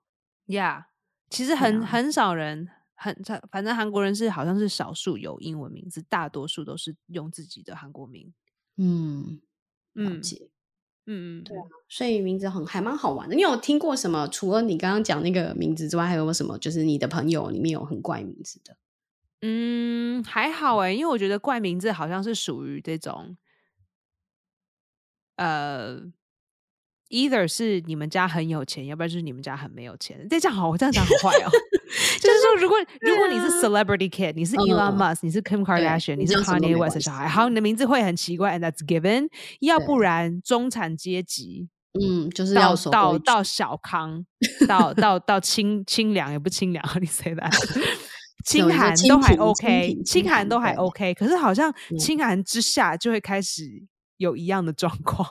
S1: Yeah，其实
S2: 对
S1: 很
S2: 啊，
S1: 很少人，很反正韩国人是好像是少数有英文名字，大多数都是用自己的韩国名。
S2: 嗯，了
S1: 嗯
S2: 解。
S1: 嗯嗯嗯，
S2: 所以名字很还蛮好玩的。你有听过什么？除了你刚刚讲那个名字之外，还有没有什么？就是你的朋友里面有很怪名字的？
S1: 嗯，还好诶、因为我觉得怪名字好像是属于这种，呃，either 是你们家很有钱，要不然就是你们家很没有钱。这这样好，我这样讲好坏 哦。就
S2: 就是是
S1: 说，如果如果
S2: 对
S1: 你是
S2: 啊，
S1: celebrity kid，你是 Elon
S2: 嗯，
S1: Musk，你是 Kim
S2: 对，
S1: Kardashian，
S2: 你
S1: 你是
S2: 叫什么都
S1: Kanye
S2: 没
S1: West 的
S2: 关
S1: 小
S2: 系。
S1: 孩，好，你的名字会很奇怪，and that's given。要不
S2: 对，
S1: 然，中产阶级
S2: 嗯，就是要
S1: 到
S2: 守
S1: 到
S2: 规矩。
S1: 到小康，到到到清清凉，也不清凉，how do you say that？
S2: 那
S1: 清
S2: 我就说
S1: 寒都
S2: 清
S1: 还
S2: 贫，清
S1: OK，
S2: 贫，
S1: 清
S2: 清
S1: 寒
S2: 寒，
S1: 都还
S2: 对，
S1: OK，可是好像
S2: 嗯，
S1: 清寒之下就会开始有一样的状况，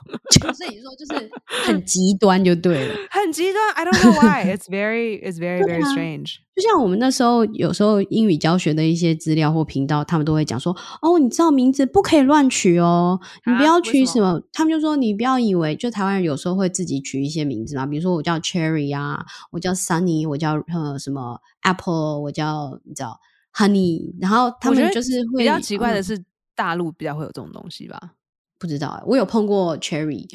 S2: 所以说 就是很极端就对了。
S1: 很极端。I don't know why. It's very, it's very,
S2: 对
S1: very
S2: 啊，
S1: strange.
S2: 就像我们那时候有时候英语教学的一些资料或频道，他们都会讲说：“哦，你知道名字不可以乱取哦，你不
S1: 啊，
S2: 要
S1: 为什
S2: 取什
S1: 么？
S2: 么。”他们就说：“你不要以为就台湾人有时候会自己取一些名字嘛，比如说我叫 Cherry 啊，我叫 Sunny，我叫呃什么 Apple，我叫你知道 Honey，然后他
S1: 我觉
S2: 们
S1: 得
S2: 就是
S1: 比较
S2: 会
S1: 奇怪的
S2: 嗯
S1: 是，大陆比较会有这种东西吧。
S2: 不知道欸、我有碰过 Cherry，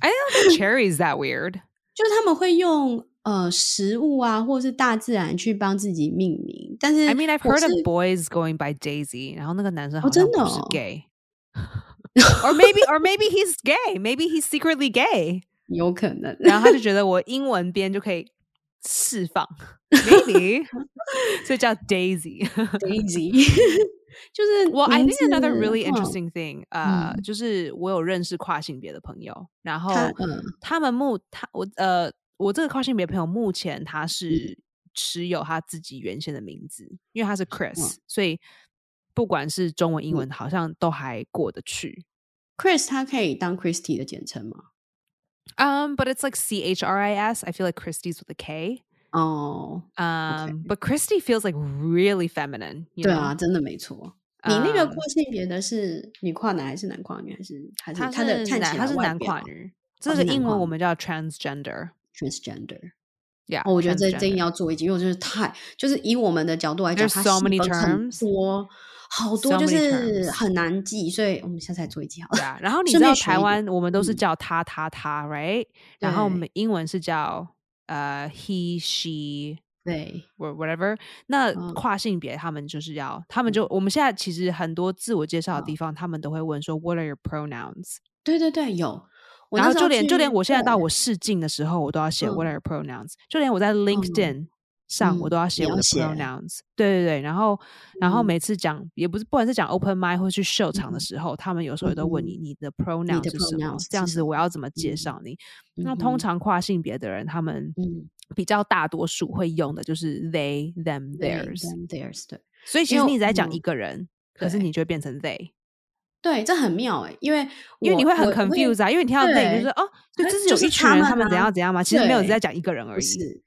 S1: I don't think cherry is that weird.
S2: 就是他们会用呃食物啊或者是大自然去帮自己命名，但
S1: I
S2: 是
S1: mean, I've
S2: 我
S1: heard
S2: 是
S1: of boys going by Daisy. 然后那个男生
S2: 哦
S1: 好
S2: 真
S1: 像
S2: 的
S1: 不是
S2: 哦。
S1: gay. or maybe or maybe he's gay. Maybe he's secretly gay.
S2: 有可能，
S1: 然后他就觉得我英文边就可以释 放，maybe，所 以叫 Daisy。
S2: Daisy，就是
S1: 我 I
S2: 名
S1: think
S2: 字，
S1: another really
S2: 嗯
S1: interesting thing，呃，
S2: 嗯，
S1: 就是我有认识跨性别的朋友，然
S2: 他
S1: 后
S2: 嗯
S1: 他们目他我呃我这个跨性别朋友目前他
S2: 嗯
S1: 是持有他自己原先的名字，因为他是
S2: 哇
S1: Chris，所以不管是中文英
S2: 嗯
S1: 文好像都还过得去。
S2: ，Chris 他可以当 Christy 的简称吗？
S1: Um, but it's like C H R I S. I feel like Christie's with a K.
S2: 哦，OK，
S1: Um, but Christy feels like really feminine, you
S2: 对
S1: know.
S2: 啊，真的没错。你那个跨
S1: Um,
S2: 性别的是女跨男还是男跨女，还是还是
S1: 她
S2: 他的
S1: 是
S2: 看
S1: 男，
S2: 起
S1: 她
S2: 来
S1: 是
S2: 外
S1: 男
S2: 表
S1: 跨
S2: 啊，
S1: 女，
S2: 哦
S1: 这
S2: 是
S1: 个
S2: 男
S1: 英
S2: 跨
S1: 文我
S2: 女
S1: 们叫 transgender。
S2: transgender。
S1: Yeah,
S2: 哦，我觉得这这一定
S1: 啊 transgender.
S2: 要做一集，因为我觉得太就是以我们的角度来讲，
S1: There's
S2: 它
S1: so
S2: 细
S1: many
S2: 分很
S1: terms,
S2: 多，好多
S1: so
S2: 就
S1: many
S2: 是
S1: terms.
S2: 很难记，所以我们下次来做一集好了，
S1: Yeah，然后你
S2: 顺
S1: 知
S2: 便
S1: 道
S2: 学
S1: 台
S2: 一点。
S1: 湾我们都是
S2: 嗯，
S1: 叫他他他，right？然后我
S2: 对
S1: 们英文是叫呃 he she。
S2: 对，
S1: or whatever，那
S2: 嗯
S1: 跨性别他们就是要，他们
S2: 嗯。
S1: 就我们现在其实很多自我介绍的
S2: 嗯
S1: 地方，他们都会问说 What are your pronouns？
S2: 对对对，有。我
S1: 然
S2: 那
S1: 后
S2: 时
S1: 就
S2: 候
S1: 连就连
S2: 去，
S1: 我现在到我试镜的时候，我都要
S2: 对，
S1: 写 What are
S2: 嗯
S1: your pronouns？就连我在
S2: 嗯
S1: LinkedIn 上，我
S2: 嗯，
S1: 都要
S2: 也
S1: 写我
S2: 要
S1: 的
S2: 写，
S1: pronouns。对对对，然后然后
S2: 嗯
S1: 每次讲也不是，不管是讲 open mic 或去秀
S2: 嗯
S1: 场的
S2: 哼
S1: 时候，他们有时候
S2: 嗯
S1: 也都问你
S2: 哼，
S1: 你的
S2: 你
S1: pronoun
S2: 的
S1: 是什么，
S2: pronouns
S1: 这
S2: 是
S1: 样
S2: 什
S1: 子我
S2: 么？
S1: 要怎么介
S2: 嗯
S1: 绍你？
S2: 嗯
S1: 那通
S2: 哼，
S1: 常跨性别的人，他们
S2: 嗯，
S1: 比较大多数会用的就是 they、them、
S2: 对
S1: theirs。
S2: ，them theirs，对，
S1: 所以其
S2: 因
S1: 实
S2: 为
S1: 你在讲一
S2: 嗯，
S1: 个人，可是
S2: 对
S1: 你就会变成 they，
S2: 对，这很妙诶，因为
S1: 因为你
S2: 我
S1: 会很
S2: 我我会
S1: confused 啊，因为你听到 they 你就
S2: 对，
S1: 说哦，就
S2: 呃
S1: 这是
S2: 就
S1: 有
S2: 是
S1: 一群
S2: 他
S1: 人
S2: 们
S1: 他们怎
S2: 啊，
S1: 样怎样嘛，其实没有在
S2: 对，
S1: 讲一个人而
S2: 不
S1: 已。
S2: 是，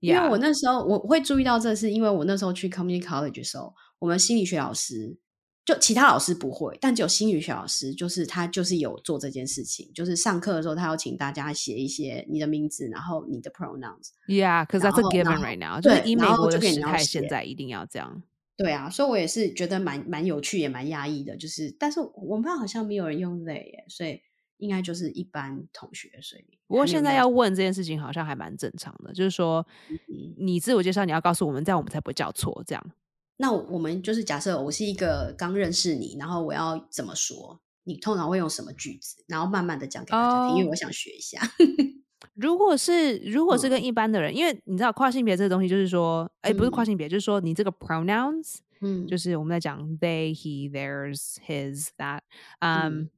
S2: 因为我
S1: Yeah，
S2: 那时候我我会注意到这是因为我那时候去 community college 的时候，我们心理学老师就其他老师不会，但只有心理学老师就是他就是有做这件事情，就是上课的时候他要请大家写一些你的名字，然后你的 pronouns，
S1: yeah, because
S2: 然
S1: that's a
S2: 后然
S1: given
S2: 后
S1: right now，就是
S2: 对，
S1: 以
S2: 然
S1: 美
S2: 后
S1: 国
S2: 就
S1: 的
S2: 给你
S1: 时
S2: 要
S1: 态，现
S2: 写。
S1: 在一定要这样。
S2: 对啊，所以我也是觉得蛮蛮有趣，也蛮压抑的。就是，但是我们班好像没有人用 they 耶，所以应该就是一般同学，所以
S1: 不
S2: 还
S1: 过
S2: 没有
S1: 现
S2: 遇
S1: 在
S2: 到。
S1: 要问这件事情好像还蛮正常的，就是说
S2: 嗯，
S1: 你自我介绍你要告诉我们，这样我们才不会叫错。这样
S2: 那我我们就是假设我是一个刚认识你，然后我要怎么说？你通常会用什么句子？然后慢慢的讲给大家听，因
S1: 哦。
S2: 为我想学 一下。
S1: 如果是如果是
S2: 嗯
S1: 跟一般的人，因为你知道跨性别这个东西，就是说，哎，不是跨
S2: 嗯
S1: 性别，就是说你这个 pronouns。
S2: 嗯，
S1: 就是我们在讲 they he theirs his that，嗯
S2: 嗯，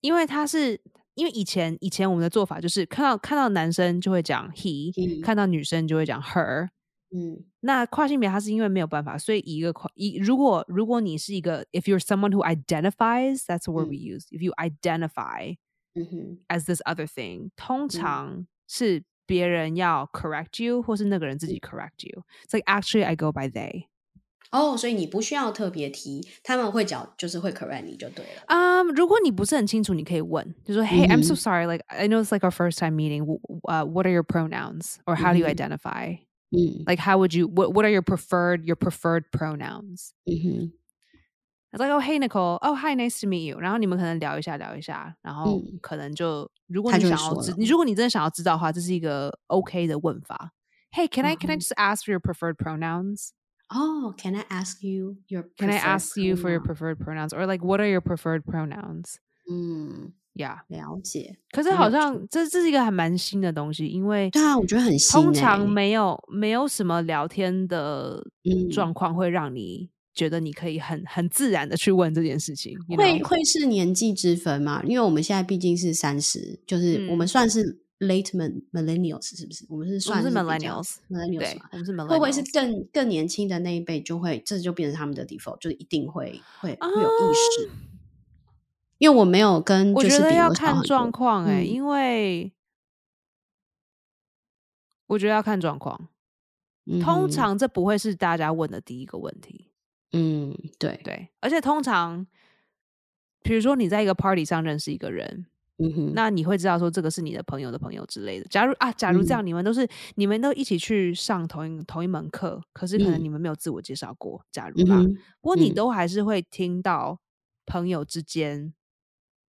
S1: 因为他是因为以前以前我们的做法就是看到看到男生就会讲 he，,
S2: He
S1: 看到女生就会讲 her。
S2: 嗯
S1: 那跨性别它是因为没有办法，所以以一个跨一如果如果你是一个 if you're someone who identifies that's the word we use if you identify
S2: 嗯哼
S1: as this other thing，通常是别人要 correct you 或是那个人自己 correct you。It's like actually I go by they。
S2: 哦，所以你不需要特别提，他们会讲，就是会 correct 你就对了。
S1: Um, 如果你不是很清楚，你可以问，就说 Hey, I'm so
S2: 嗯哼
S1: sorry. Like, I know it's like our first time meeting. W- Uh, what are your pronouns, or how do you
S2: 嗯哼
S1: identify?
S2: 嗯
S1: Like, how would you? What What are your preferred your preferred pronouns?
S2: 嗯哼
S1: It's like, oh, hey, Nicole. Oh, hi, nice to meet you. 然后你们可能聊一下，聊一下，然后
S2: 嗯
S1: 可能就、如果
S2: Mm. 他
S1: 你
S2: 就
S1: 想
S2: 会
S1: 要
S2: 说
S1: 知
S2: 了，
S1: 你如果你真的想要知道的话，这是一个 OK 的问法。Hey, can I can I
S2: 嗯哼
S1: just ask for your preferred pronouns?
S2: 哦、c a n I ask you your
S1: Can I
S2: preferred
S1: ask you for your
S2: pronoun？
S1: preferred pronouns, or like what are your preferred pronouns?
S2: 嗯，
S1: Yeah.
S2: 了解。
S1: 可是
S2: 很
S1: 好
S2: 有趣
S1: 像这这是一个还蛮新的东西，因为
S2: 对啊，我觉得很新、欸。
S1: 通常没有没有什么聊天的
S2: 嗯
S1: 状况会让你觉得你可以很很自然的去问这件事情。you
S2: 会
S1: know？
S2: 会是年纪之分嘛？因为我们现在毕竟是三十，就是我们
S1: 嗯
S2: 算是 late min- millennials，是不是？我们是
S1: 我
S2: 算
S1: 们是
S2: 比较
S1: millennials，
S2: millennials
S1: 对
S2: 嘛，？
S1: 我们是 millennials，
S2: 会不会是更更年轻的那一辈就会这就变成他们的 default，就一定会会会有意识？
S1: 啊
S2: 因为我没有跟，
S1: 我
S2: 就
S1: 觉
S2: 是
S1: 得
S2: 比
S1: 要
S2: 我小
S1: 看
S2: 很
S1: 状
S2: 多。
S1: 况哎、
S2: 嗯
S1: 因为我觉得要看状况。
S2: 嗯
S1: 通
S2: 哼
S1: 常这不会是大家问的第一个问题。
S2: 嗯，对，
S1: 对，而且通常，比如说你在一个 party 上认识一个人，
S2: 嗯哼，
S1: 那你会知道说这个是你的朋友的朋友之类的。假如啊，假
S2: 嗯
S1: 如这样，你们都是你们都一起去上同一同一门课，可是可能
S2: 嗯
S1: 你们没有自我介绍过。假如
S2: 嗯
S1: 啦，
S2: 哼，
S1: 不过你
S2: 嗯
S1: 都还是会听到朋友之间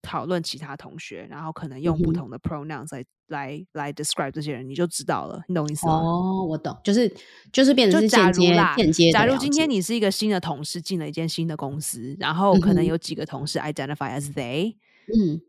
S1: 讨论其他同学，然后可能用不
S2: 嗯哼
S1: 同的 pronouns 来来来 describe 这些人，你就知道了。你懂我意思吗？
S2: 哦，我懂，就是就是变成
S1: 就是假
S2: 间
S1: 如
S2: 接
S1: 啦
S2: 间接的
S1: 假如
S2: 了
S1: 今天
S2: 解
S1: 你是一个新的同事，进了一间新的公司，然后可能
S2: 嗯哼
S1: 有几个同事 identify as they，
S2: 嗯，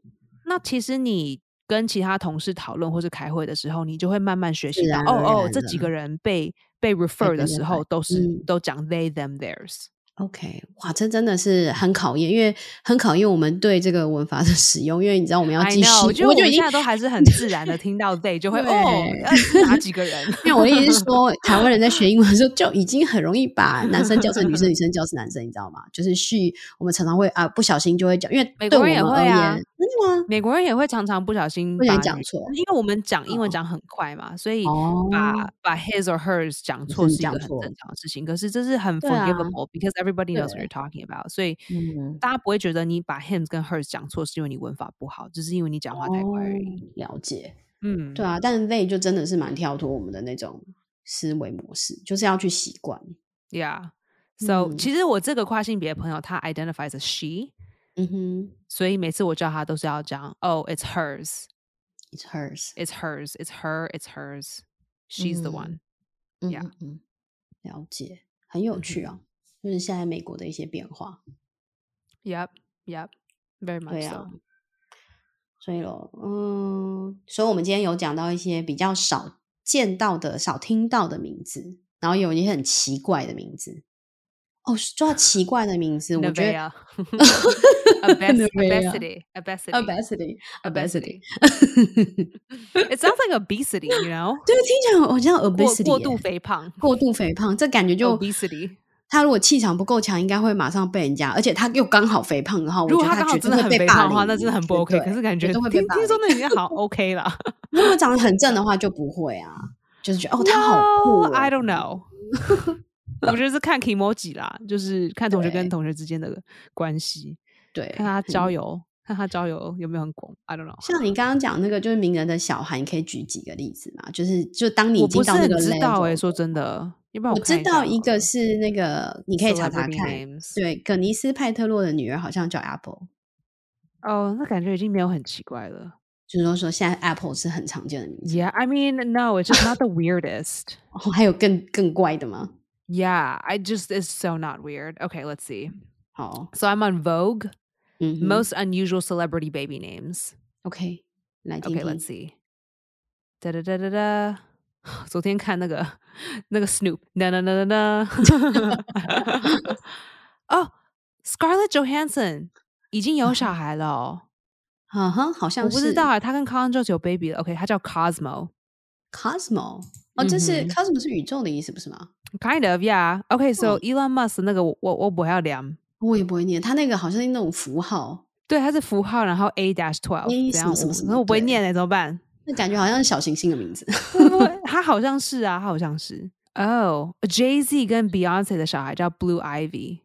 S1: 那其实你跟其他同事讨论或是开会的时候，你就会慢慢学习
S2: 自
S1: 到，
S2: 然
S1: 哦
S2: 而
S1: 哦，
S2: 然
S1: 这几
S2: 了
S1: 个人被被 refer 的时
S2: identify，
S1: 候，都是、
S2: 嗯
S1: 都讲 they them theirs。
S2: OK，哇，这真的是很考验，因为很考验我们对这个文法的使用，因为你知道啊我们要
S1: I
S2: 继续，
S1: know，就是我
S2: 就
S1: 们现
S2: 已经
S1: 在都还 是很自然的听到 they 就会哦，
S2: 对
S1: 呃是哪几个 人？
S2: 因为我的意思是说，台湾人在学英文的时候就已经很容易把男生叫成女生，女生叫成男生，你知道吗？就是 she，我们常常会啊不小心就会讲，因为
S1: 美国
S2: 对我
S1: 人
S2: 们
S1: 也
S2: 而
S1: 会啊
S2: 言，真的吗？
S1: 美国人也会常常不小心
S2: 不想
S1: 把
S2: 讲
S1: 女
S2: 错
S1: 因为我们讲英文
S2: 哦
S1: 讲很快嘛，所以
S2: 哦，
S1: 把、把 his or hers 讲错
S2: 嗯
S1: 是一
S2: 讲
S1: 个很
S2: 错
S1: 正常的事情。可是这是很
S2: 对啊
S1: forgivable、because everybody knows what
S2: 对
S1: you're talking about，所以
S2: 嗯，
S1: 大家不会觉得你把 him 跟 hers 讲错是因为你文法不好，只是因为你讲话太快而
S2: 哦
S1: 已。，
S2: 了解。
S1: 嗯，
S2: 对啊，但 they 就真的是蛮跳脱我们的那种思维模式，就是要去习惯。
S1: ，Yeah。So，、
S2: 嗯
S1: 其实我这个跨性别朋友，他 identifies as she，
S2: 嗯哼
S1: 所以每次我叫他都是要讲，Oh, it's hers,
S2: ，it's hers。
S1: it's hers, it's her, it's hers, she's the
S2: 嗯
S1: one。
S2: 嗯
S1: Yeah
S2: 嗯嗯，了解，很有趣
S1: 嗯
S2: 啊、就是现在美国的一些变化，
S1: Yep, yep, very much
S2: 对
S1: so.
S2: 啊，所以咯，嗯，所以我们今天有讲到一些比较少见到的、少听到的名字，然后有一些很奇怪的名字。哦，说 到奇怪的名字，我觉得
S1: Nevea. Obes-
S2: Nevea.
S1: obesity. Obesity.
S2: obesity obesity，
S1: Obesity.
S2: 对，
S1: It sounds like obesity, you know?
S2: 听起来好像 obesity，
S1: 过过
S2: 耶
S1: 度肥胖
S2: 过度肥胖，这感觉就
S1: obesity。
S2: 他如果气场不够强，应该会马上被人家，而且他又刚好肥胖的话，我
S1: 如果
S2: 觉得
S1: 刚好
S2: 绝
S1: 真的
S2: 对会
S1: 很
S2: 被
S1: 肥
S2: 霸
S1: 胖
S2: 凌
S1: 的话，那真的很不 OK。
S2: 对
S1: 可是感
S2: 绝
S1: 觉
S2: 对
S1: 听
S2: 会被霸
S1: 听说那已经好 OK 了。
S2: 凌。如果长得很正的话就不会啊，就是 觉得哦他好酷
S1: No,
S2: 哦、
S1: I don't know. 我觉得是看 emoji 啦，就是看同学跟
S2: 对
S1: 同学之间的关系，
S2: 对，
S1: 看他
S2: 很
S1: 交友，看他交友有没有很广。I don't know.
S2: 像你刚刚讲那个就是名人的小孩，你可以举几个例子嘛？就是就当你已
S1: 我不
S2: 经
S1: 是
S2: 到那
S1: 很
S2: 个
S1: 知
S2: level，
S1: 道哎、说真的，要不然
S2: 我
S1: 看
S2: 知
S1: 一下
S2: 道一
S1: 好
S2: 个
S1: 了
S2: 是那个你可以查查
S1: Celebrity
S2: 看，
S1: names
S2: 对，葛尼斯派特洛的女儿好像叫 Apple，
S1: 哦，那感觉已经没有很奇怪了。
S2: 就是说说现在 Apple 是很常见的名字。
S1: Yeah, I mean, no, it's just not the weirdest.
S2: 哦，还有更更怪的吗？
S1: Yeah, I just it's so not weird. Okay, let's see.
S2: 好，
S1: So I'm on Vogue,
S2: 嗯哼
S1: most unusual celebrity baby names.
S2: OK，来听
S1: Okay,
S2: 听。
S1: let's see. Da da da da da. 昨天看那 个那个 Snoop，哒哒哒 哒哒，哦，Scarlett Johansson 已经有小孩了 哦、
S2: 嗯哼，好像
S1: 我
S2: 是
S1: 不知道啊，他跟 Colin Jost 有 baby 了。OK，他叫 Cosmo。
S2: Cosmo 哦，这是、
S1: 嗯哼
S2: Cosmo 是宇宙的意思不是吗？
S1: Kind of, yeah. OK, so
S2: 嗯
S1: Elon Musk 那个我我我不要量，
S2: 我也不会念，它那个好像是那种符号，
S1: 对，它是符号，然后 A dash twelve，
S2: A
S1: 怎
S2: 什
S1: 样？
S2: 么
S1: 我
S2: 什么什
S1: 可
S2: 么
S1: 能我不会
S2: 对
S1: 念嘞，怎么办？
S2: 那感觉好像是小行星的名字。
S1: 会不会他好像是啊，他好像是。哦、j a y Oh, Z 跟 Beyonce 的小孩叫 Blue Ivy，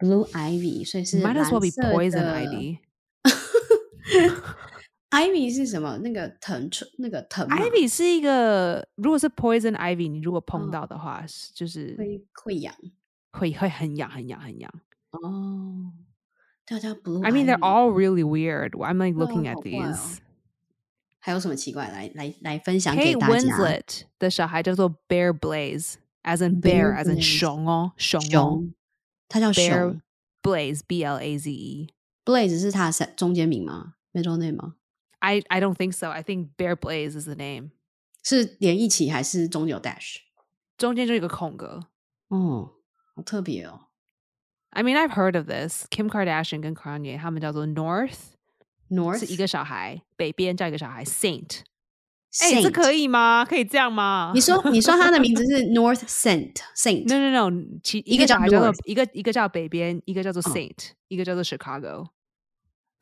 S2: Blue Ivy，所以是
S1: might
S2: 蓝
S1: as
S2: 色
S1: well
S2: 的
S1: be。Poison Ivy。
S2: Ivy 是什么？那个藤出那个藤嘛
S1: Ivy 是一个，如果是 Poison Ivy，你如果碰
S2: 嗯
S1: 到的话，是就是
S2: 会会痒
S1: 会会很痒，很痒，很痒。
S2: 哦，叫叫 Blue。
S1: I mean, they're all really weird. I'm like
S2: 对啊
S1: looking at
S2: 好怪哦
S1: these.
S2: 还有什么奇怪？来来来，分享给
S1: Kate
S2: 大家。
S1: Winslet 的小孩叫做 Bear Blaze, as in bear,
S2: Bear
S1: as in
S2: Blaze
S1: 熊哦，熊哦
S2: 熊，它叫
S1: Bear
S2: 熊。
S1: Blaze, B L A Z E.
S2: Blaze 是它的三中间名吗？middle name 吗？
S1: I I don't think so. I think Bear Blaze is the name.
S2: 是连一起还是中间有 dash？
S1: 中间就有一个空格。
S2: 哦，好特别哦。
S1: I mean, I've heard of this. Kim Kardashian 跟 Kanye 他们叫做 North，
S2: North
S1: 是一个小孩，北边叫一个小孩 Saint。哎、
S2: Saint，
S1: 这可以吗？可以这样吗？
S2: 你说你说它的名字是 North Saint
S1: No
S2: Saint
S1: No No，其
S2: 一
S1: 一个
S2: 个
S1: 小
S2: 叫
S1: 孩叫做
S2: North
S1: 一个一个叫北边，一个叫做
S2: 哦
S1: Saint，、一个叫做 Chicago。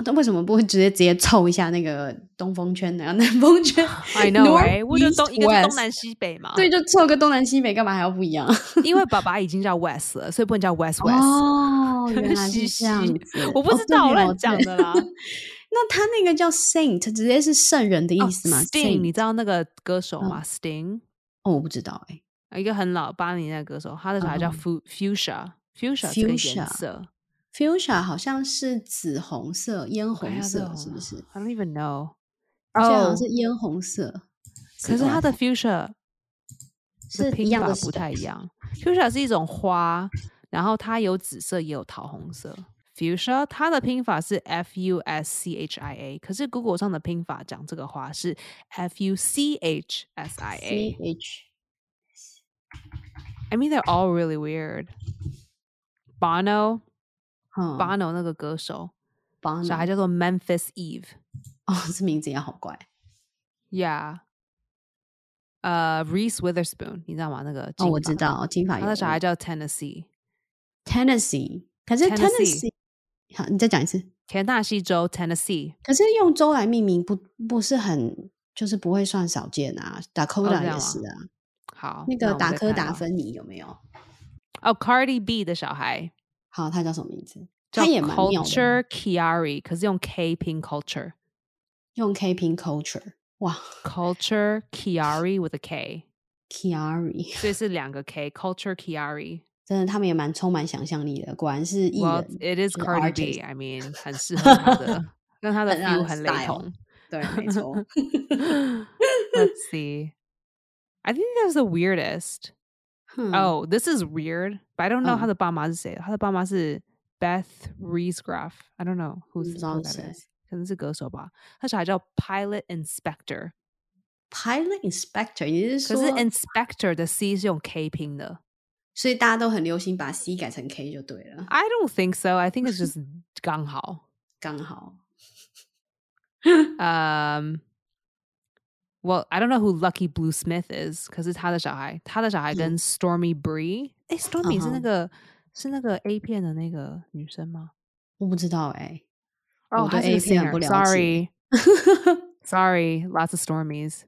S2: 那为什么不会直接直接凑一下那个东风圈呢？南风圈
S1: I know，
S2: North,
S1: 哎、我就东
S2: East,
S1: 一个是东
S2: West
S1: 南西北嘛。
S2: 对，，就凑个东南西北，干嘛还要不一样？
S1: 因为爸爸已经叫 West 了，所以不能叫 West West。
S2: 哦， 原来
S1: 西
S2: 是
S1: 西
S2: 这样子，
S1: 我不
S2: 哦
S1: 知
S2: 对
S1: 道我
S2: 哦
S1: 乱讲
S2: 对
S1: 的啦
S2: 那他那个叫 Saint，直接是圣人的
S1: 哦
S2: 意思吗
S1: Sting，你知
S2: 道？
S1: 道那个歌手
S2: 嗯
S1: 吗、s t i n g
S2: 哦，我不知道哎。
S1: 一个很老八零年代的歌手，他的小孩叫
S2: 嗯
S1: fu- fuchsia，fuchsia 这个颜
S2: Fuchsia
S1: 色，
S2: Fuchsia 好像是紫红色、嫣
S1: 哎呀
S2: 红
S1: 这
S2: 色
S1: 红，
S2: 是不是？
S1: ？I don't even know。
S2: 我记得好
S1: 哦
S2: 像，是嫣红色。
S1: 可是它的 fuchsia
S2: 是一
S1: 拼
S2: 样
S1: 法
S2: 的
S1: 不太一
S2: steps
S1: 样。fuchsia 是一种花，然后它有紫色也有桃红色。fuchsia 它的拼法是 f u s c h i a，可是 Google 上的拼法讲这个花是 f u c h s i
S2: C
S1: a。
S2: H
S1: I mean they're all really weird. Bono
S2: 嗯
S1: Bono 那个歌手，
S2: 巴
S1: 小孩
S2: 奴
S1: 叫做 Memphis Eve。
S2: 哦，这名字也好怪
S1: Yeah. 呃、r e e s e Witherspoon，你知道吗？那个
S2: 哦，我知
S1: 金发，
S2: 道，金发
S1: 他
S2: 有
S1: 的小孩
S2: 问
S1: 叫 Tennessee，
S2: Tennessee，可是
S1: Tennessee
S2: Tennessee 好，你再讲一次。
S1: 田纳西州 Tennessee。
S2: 可是用州来命名不不是很，就是不会算少见啊。
S1: 哦这
S2: Dakota
S1: 样
S2: 也
S1: 吗
S2: 是啊，
S1: 好，
S2: 那
S1: 那
S2: 个
S1: 我们
S2: 达
S1: 再
S2: 科
S1: 看
S2: 达
S1: 哦
S2: 芬尼有没有？
S1: 哦、c a r d i B 的小孩
S2: 好，他叫什么名字？
S1: 叫
S2: 他也蛮妙的，
S1: Culture Kiari，可是用 K 拼 Culture。
S2: 用 K 拼 Culture，哇
S1: Culture Kiari with a K，
S2: ，Kiari，
S1: 所以是两个 K，Culture Kiari。
S2: 真的他们也蛮充满想象力的，果然是艺
S1: Well,
S2: 人，
S1: it is
S2: 就是
S1: Cardi B.
S2: artist
S1: I mean，很适合他 的，跟他的
S2: 很他
S1: feel
S2: 的
S1: 很雷
S2: style
S1: 同。
S2: 对，没错。
S1: Let's see. I think that was the weirdest.
S2: 哼
S1: Oh, this is weird, but I don't know
S2: 嗯。
S1: how the Bama is say. How the Bama is Beth Reesgraf. I don't know
S2: 不
S1: who's
S2: 知道
S1: who that
S2: 是谁
S1: is. 可能是歌手吧。他小孩叫 Pilot Inspector，
S2: Pilot Inspector，也是
S1: 可是
S2: 说，
S1: Inspector 的 C 是用 K 拼的。
S2: 所以大家都很流行把 C 改成 K 就对了，
S1: I don't think so. I think it's just 刚好。
S2: 刚好。
S1: Um, well, I don't know who Lucky Blue Smith is. 可是他的小孩，他的小孩
S2: 嗯
S1: 跟 Stormy Bree，哎，Stormy 是那
S2: 嗯哼
S1: 个是那个 A 片的那个女生吗？
S2: 我不知道哎、
S1: 哦，
S2: 我
S1: 她
S2: 对
S1: 是个
S2: A 片很不
S1: singer，
S2: 了
S1: Sorry,
S2: 解
S1: sorry, lots of Stormies.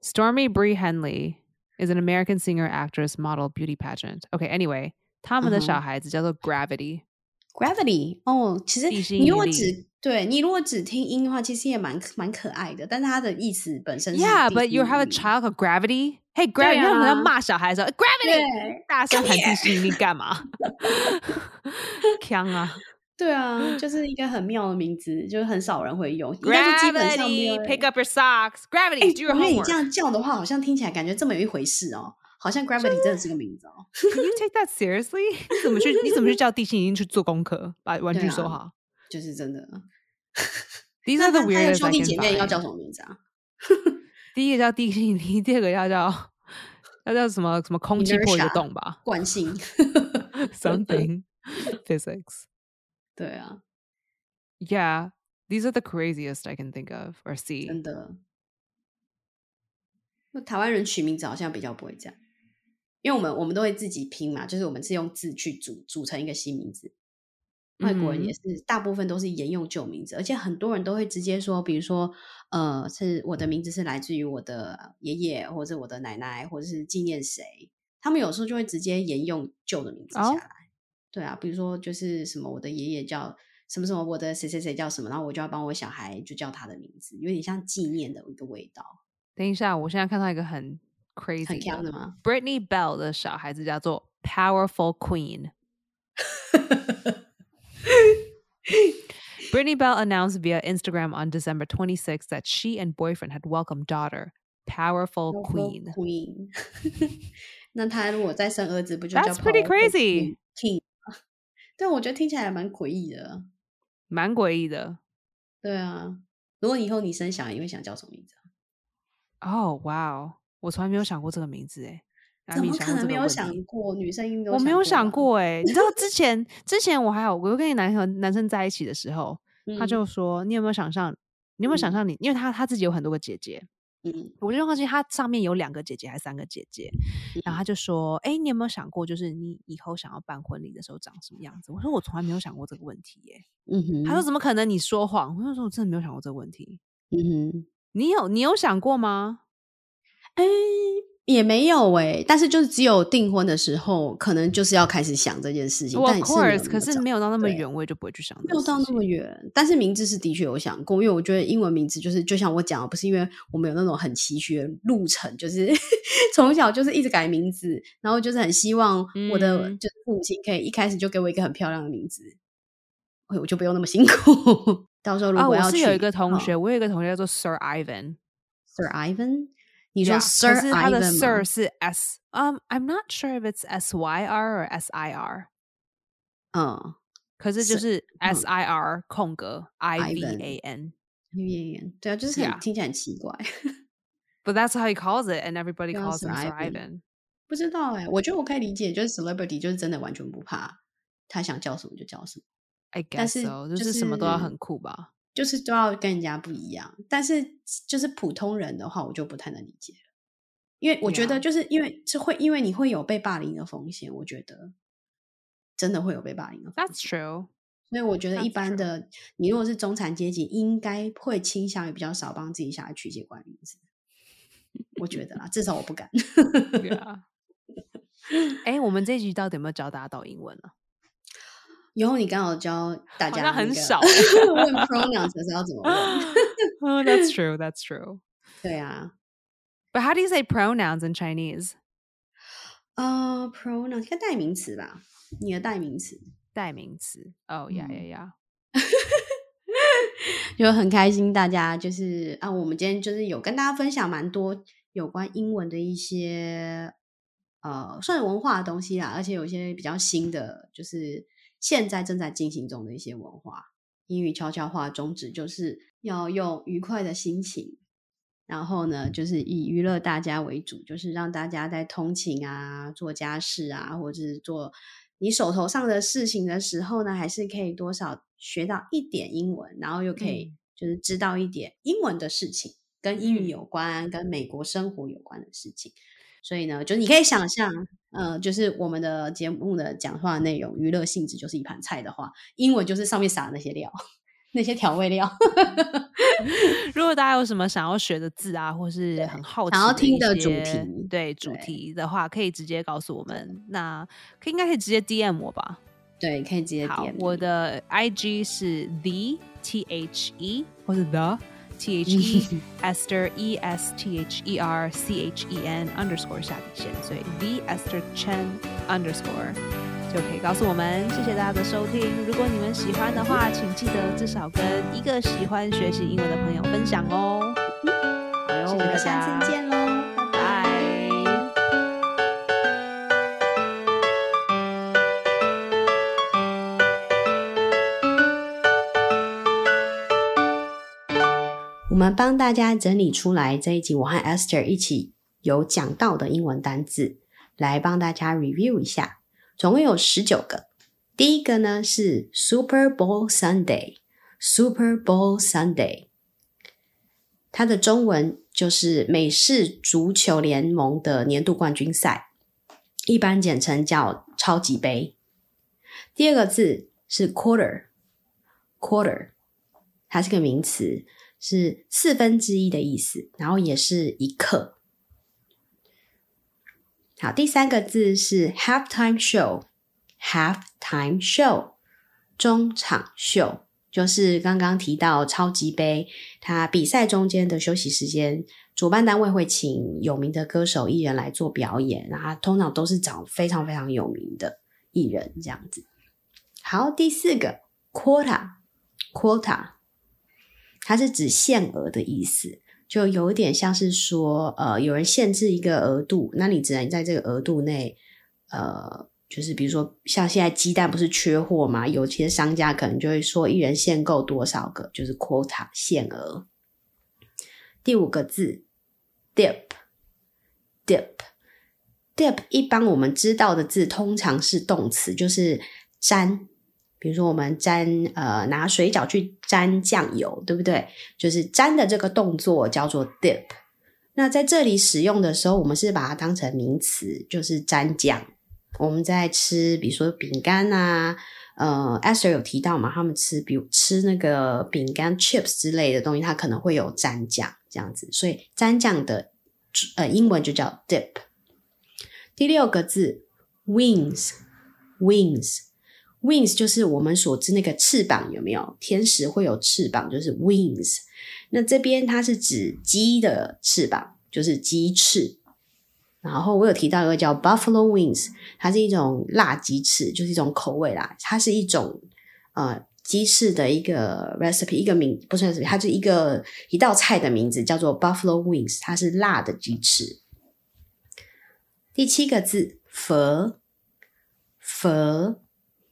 S1: Stormy Bree Henley is an American singer, actress, model, beauty pageant. Okay, anyway, 他们的
S2: 嗯哼
S1: 小孩子叫做 Gravity，
S2: Gravity 哦，其实
S1: 地心
S2: 你
S1: 引
S2: 如果
S1: 力
S2: 只对你如果只听音的话，其实也蛮可蛮可爱的，但是它的意思本身是
S1: Yeah,
S2: 地
S1: but
S2: 心
S1: you
S2: 引
S1: have a
S2: 力
S1: child called Gravity. Hey, Gravity，、他们要
S2: 啊
S1: 骂小孩的时候，Gravity，Ah,
S2: 对
S1: 大声喊地心引力干嘛？强啊
S2: 对啊，就是一个很妙的名字，就是很少人会用，应该是基本上没有人。
S1: ！Gravity，pick up your socks.
S2: 哎，
S1: Gravity，do your
S2: 因为你
S1: homework.
S2: 这样叫的话，好像听起来感觉这么有一回事哦，好像 Gravity 真的是个名字哦。
S1: Can you take that seriously？你 怎么去？你怎么去叫地心引力去做功课，把玩具
S2: 对啊
S1: 收好
S2: 就是真的。
S1: ？These
S2: 那
S1: are the
S2: 他他的
S1: weirdest
S2: 兄
S1: I
S2: 弟
S1: can
S2: 姐妹要
S1: find.
S2: 叫什么名字啊？
S1: 第一个叫地心引力，第二个要叫要叫什么什么空气破一个
S2: Inertia
S1: 洞 吧
S2: 惯性。
S1: ，something physics。
S2: 对啊，
S1: Yeah, these are the craziest I can think of or see.
S2: 真的。那台湾人取名字好像比较不会这样，因为我们我们都会自己拼嘛，就是我们是用字去组组成一个新名字。外国人也
S1: 嗯
S2: 是，大部分都是沿用旧名字，而且很多人都会直接说，比如说，呃，是我的名字是来自于我的爷爷，或者我的奶奶，或者是纪念谁。他们有时候就会直接沿用旧的名字下
S1: 哦
S2: 来。对啊，比如说就是什么我的爷爷叫什么什么，我的谁谁谁叫什么，然后我就要帮我小孩就叫他的名字，有点像纪念的一个味道。
S1: 等一下，我现在看到一个很 crazy
S2: 很强的吗
S1: Britney Bell 的小孩子叫做 Powerful Queen。Britney Bell announced via Instagram on December 26 that she and boyfriend had welcomed daughter, Powerful Queen.
S2: Queen，那他如果再生儿子，不就叫
S1: That's pretty
S2: Paul
S1: crazy.
S2: King？吗 对，我觉得听起来还蛮诡异的。
S1: 蛮诡异的。
S2: 对啊，如果以后你生小孩，你会想叫什么名字啊？
S1: 哦，哇哦，我从来没有想过这个名字哎。达
S2: 怎
S1: 米
S2: 么
S1: 想
S2: 可
S1: 过这
S2: 能没
S1: 个
S2: 有
S1: 问
S2: 想
S1: 题
S2: 过？女生一定都
S1: 我没有想
S2: 吧，
S1: 过哎、你知道之前之前我还有我跟你男朋友男生在一起的时候，他
S2: 嗯
S1: 就说你有没有想象，你有没有想
S2: 嗯
S1: 象你，因为他他自己有很多个姐姐，
S2: 嗯
S1: 我就忘记他上面有两个姐姐还是三个姐姐，
S2: 嗯
S1: 然后他就说，哎、你有没有想过，就是你以后想要办婚礼的时候长什么样子？我说我从来没有想过这个问题耶、
S2: 嗯哼，
S1: 他说怎么可能你说谎？我就说我真的没有想过这个问题。
S2: 嗯哼，
S1: 你有你有想过吗？
S2: 哎、也没有哎、但是就是只有订婚的时候，可能就是要开始想这件事情。
S1: 我
S2: 但
S1: of
S2: 你是
S1: course，可
S2: 是
S1: 是没有到那么
S2: 对
S1: 远，我也就不会去想这
S2: 没有
S1: 个事情。
S2: 到那么远，但是名字是的确有想过，因为我觉得英文名字就是就像我讲的，不是因为我们有那种很崎岖的路程，就是 从小就是一直改名字，然后就是很希望我的、
S1: 嗯
S2: 就是父母亲可以一开始就给我一个很漂亮的名字，我我就不用那么辛苦。 到时候如
S1: 啊，
S2: 果
S1: 我
S2: 要
S1: 是
S2: 去、
S1: 有一个同
S2: 哦
S1: 学，我有一个同学叫做 Sir Ivan，
S2: Sir Ivan，你说
S1: Yeah，可
S2: Sir
S1: 是他的
S2: Ivan 吗
S1: Sir 是 S，嗯、I'm not sure if it's S Y R or S I R，
S2: 嗯，
S1: 可是就是是 S I R 空格 I V A N。
S2: 女演员对啊，就是很
S1: Yeah
S2: 听起来很奇怪，
S1: But that's how he calls it, and everybody
S2: Yeah,
S1: calls
S2: Sir
S1: him Sir
S2: Ivan
S1: Ivan.
S2: 不知道哎、我觉得我可以理解，就是 celebrity 就是真的完全不怕，他想叫什么就叫什么。
S1: I
S2: 但
S1: guess
S2: 是
S1: so，就
S2: 就
S1: 是什么都要
S2: 是
S1: 很酷吧。
S2: 就是都要跟人家不一样。但是就是普通人的话，我就不太能理解了，因为我觉得
S1: Yeah.
S2: 就是因为是会因为你会有被霸凌的风险，我觉得真的会有被霸凌的风
S1: That's
S2: 险。
S1: true.
S2: 所以我觉得一
S1: that's
S2: 般
S1: true.
S2: 的你如果是中产阶级，应该会倾向于比较少帮自己小孩取一些怪名字。我觉得啦，至少我不敢。
S1: Yeah. 哎、我们这一集到底有没有教大家到英文呢、
S2: 以后你刚好教大
S1: 好
S2: 家、那
S1: 像
S2: 个、
S1: 很少
S2: 问 pronouns 的时候要怎么问？
S1: oh, that's true. That's true.
S2: 对啊，
S1: But how do you say pronouns in Chinese?
S2: 呃，pronoun 应该代名词吧？你的代名词。
S1: 代名词。Oh yeah,
S2: 嗯
S1: yeah, yeah.
S2: 就很开心，大家就是啊，我们今天就是有跟大家分享蛮多有关英文的一些呃，算是文化的东西啦，而且有一些比较新的，就是现在正在进行中的一些文化。英语悄悄话宗旨就是要用愉快的心情，然后呢，就是以娱乐大家为主，就是让大家在通勤啊、做家事啊，或者是做你手头上的事情的时候呢，还是可以多少学到一点英文，然后又可以就是知道一点英文的事情，跟英语
S1: 嗯
S2: 有关、跟美国生活有关的事情。所以呢，就是你可以想象，呃，就是我们的节目的讲话内容，娱乐性质就是一盘菜的话，英文就是上面撒的那些料，那些调味料。
S1: 如果大家有什么想要学的字啊，或是很好奇
S2: 嗯想要听
S1: 一
S2: 的主
S1: 些
S2: 题
S1: 对主
S2: 对
S1: 题的话，可以直接告诉我们。那可应该可以直接 DM 我吧？
S2: 对，可以直接
S1: 好
S2: 点，
S1: 我的 IG 是 the t h e 或者 the t h e Esther e s t h e r c h e n underscore 下底线，所以 the Esther Chen underscore 就可以告诉我们。谢谢大家的收听，如果你们喜欢的话，请记得至少跟一个喜欢学习英文的朋友分享哦。
S2: 好哟，
S1: 谢
S2: 我
S1: 谢
S2: 们
S1: 大
S2: 下
S1: 家
S2: 次见喽，拜拜。
S1: 拜。
S2: 我们们帮大家整理出来这一集我和 Esther 一起有讲到的英文单字，来帮大家 review 一下，总共有十九个。第一个呢是 Super Bowl Sunday，Super Bowl Sunday，它的中文就是美式足球联盟的年度冠军赛，一般简称叫超级杯。第二个字是 quarter，quarter，它是个名词，是四分之一的意思，然后也是一克。好，第三个字是 halftime show，halftime show，中场秀，就是刚刚提到超级杯，它比赛中间的休息时间，主办单位会请有名的歌手艺人来做表演，然后通常都是找非常非常有名的艺人这样子。好，第四个 quota，quota，它是指限额的意思，就有一点像是说，呃，有人限制一个额度，那你只能在这个额度内，呃，就是比如说像现在鸡蛋不是缺货嘛，有些商家可能就会说一人限购多少个，就是 quota 限额。第五个字，dip，dip。dip 一般我们知道的字通常是动词，就是沾。比如说我们沾呃拿水饺去沾酱油，对不对？就是沾的这个动作叫做 dip。那在这里使用的时候，我们是把它当成名词，就是沾酱。我们在吃，比如说饼干啊，呃，Esther 有提到嘛，他们吃，比如吃那个饼干 chips 之类的东西，它可能会有蘸酱这样子，所以蘸酱的呃英文就叫 dip。第六个字 wings，wings。Wings 就是我们所知那个翅膀有没有？天使会有翅膀，就是 wings。那这边它是指鸡的翅膀，就是鸡翅。然后我有提到一个叫 buffalo wings，它是一种辣鸡翅，就是一种口味啦。它是一种呃鸡翅的一个 recipe，一个名不是 recipe，它是一个一道菜的名字叫做 buffalo wings，它是辣的鸡翅。第七个字佛佛，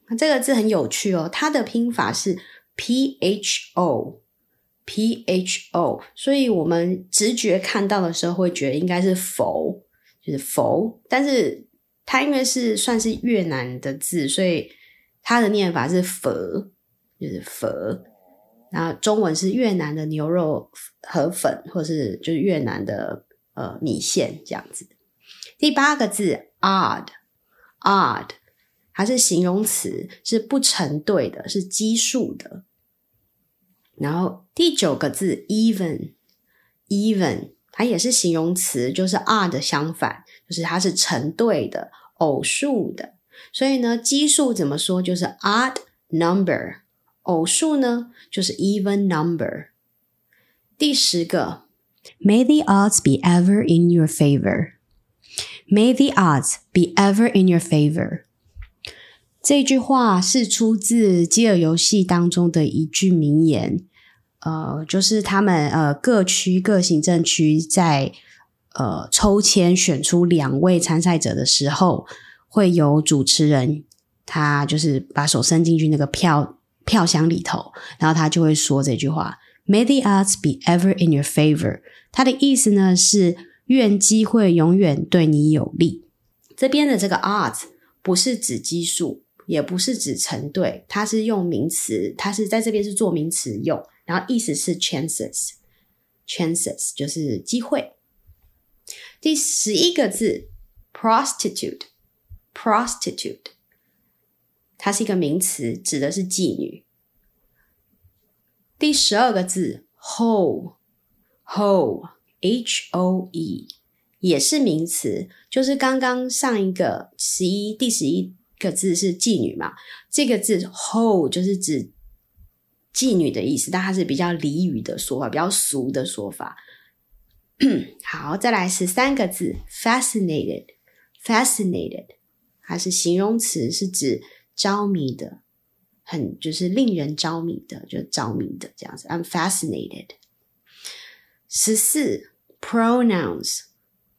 S2: 那这个字很有趣哦，它的拼法是 p h o p h o，所以我们直觉看到的时候会觉得应该是佛，就是佛，但是它因为是算是越南的字，所以它的念法是佛，就是佛。然后中文是越南的牛肉河粉，或是就是越南的呃米线这样子。第八个字 odd，odd，它是形容词，是不成对的，是奇数的。然后第九个字 even，even，它也是形容词，就是 r 的相反，就是它是成对的、偶数的。所以呢，奇数怎么说？就是 odd number，偶数呢就是 even number。第十个，May the odds be ever in your favor。May the odds be ever in your favor。这句话是出自《饥饿游戏》当中的一句名言，呃，就是他们呃各区各行政区在呃抽签选出两位参赛者的时候，会有主持人他就是把手伸进去那个票票箱里头，然后他就会说这句话：“May the odds be ever in your favor。”它的意思呢是愿机会永远对你有利。这边的这个 odds 不是指基数，也不是指成对，它是用名词，它是在这边是做名词用，然后意思是 chances，chances 就是机会。第十一个字 prostitute，prostitute，它是一个名词，指的是妓女。第十二个字 hoe。hoe h o e 也是名词，就是刚刚上一个十一第十一个字是妓女嘛，这个字 hoe 就是指妓女的意思，但它是比较俚语的说法，比较俗的说法。好，再来十三个字 fascinated，fascinated，它是形容词，是指着迷的，很就是令人着迷的，就着迷的这样子。I'm fascinated。十四，pronouns。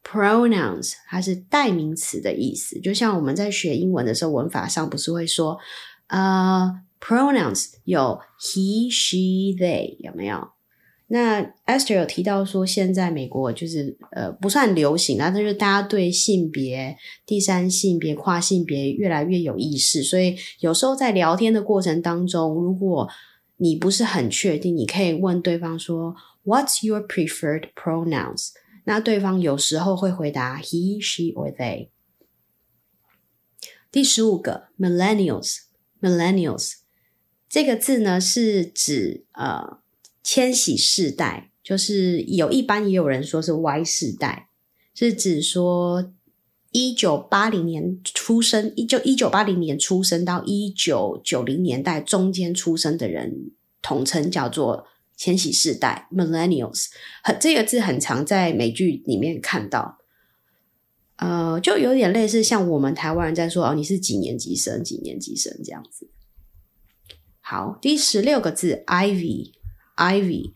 S2: pronouns 它是代名词的意思，就像我们在学英文的时候，文法上不是会说，呃，pronouns 有 he、she、they 有没有？那 Esther 有提到说，现在美国就是呃不算流行啦，但是大家对性别、第三性别、跨性别越来越有意识，所以有时候在聊天的过程当中，如果你不是很确定，你可以问对方说 "What's your preferred pronouns？" 那对方有时候会回答 he、she or they。第十五个 millennials，millennials 这个字呢是指呃千禧世代，就是有一般也有人说是 Y 世代，是指说一九八零年出生，一九一九八零年出生到一九九零年代中间出生的人，统称叫做千禧世代 （millennials）。很这个字很常在美剧里面看到，呃，就有点类似像我们台湾人在说哦，你是几年级生，几年级生这样子。好，第十六个字 ivy ivy，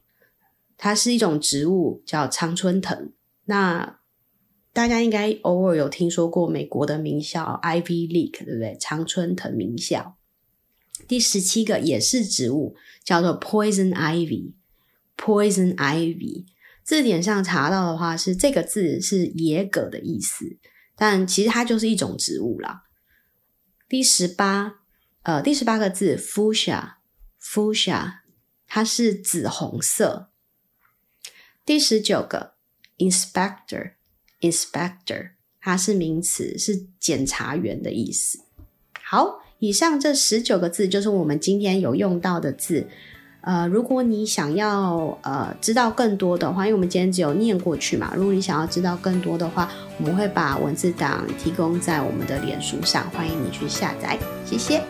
S2: 它是一种植物，叫常春藤。那大家应该偶尔有听说过美国的名校 Ivy League，对不对？常春藤名校。第十七个也是植物，叫做 poison ivy。poison ivy 字典上查到的话是这个字是野葛的意思，但其实它就是一种植物啦。第十八，呃，第十八个字 fuchsia，fuchsia 它是紫红色。第十九个 inspector。inspector，它是名词，是检查员的意思。好，以上这十九个字就是我们今天有用到的字。呃，如果你想要呃知道更多的话，因为我们今天只有念过去嘛，如果你想要知道更多的话，我们会把文字档提供在我们的脸书上，欢迎你去下载。谢谢。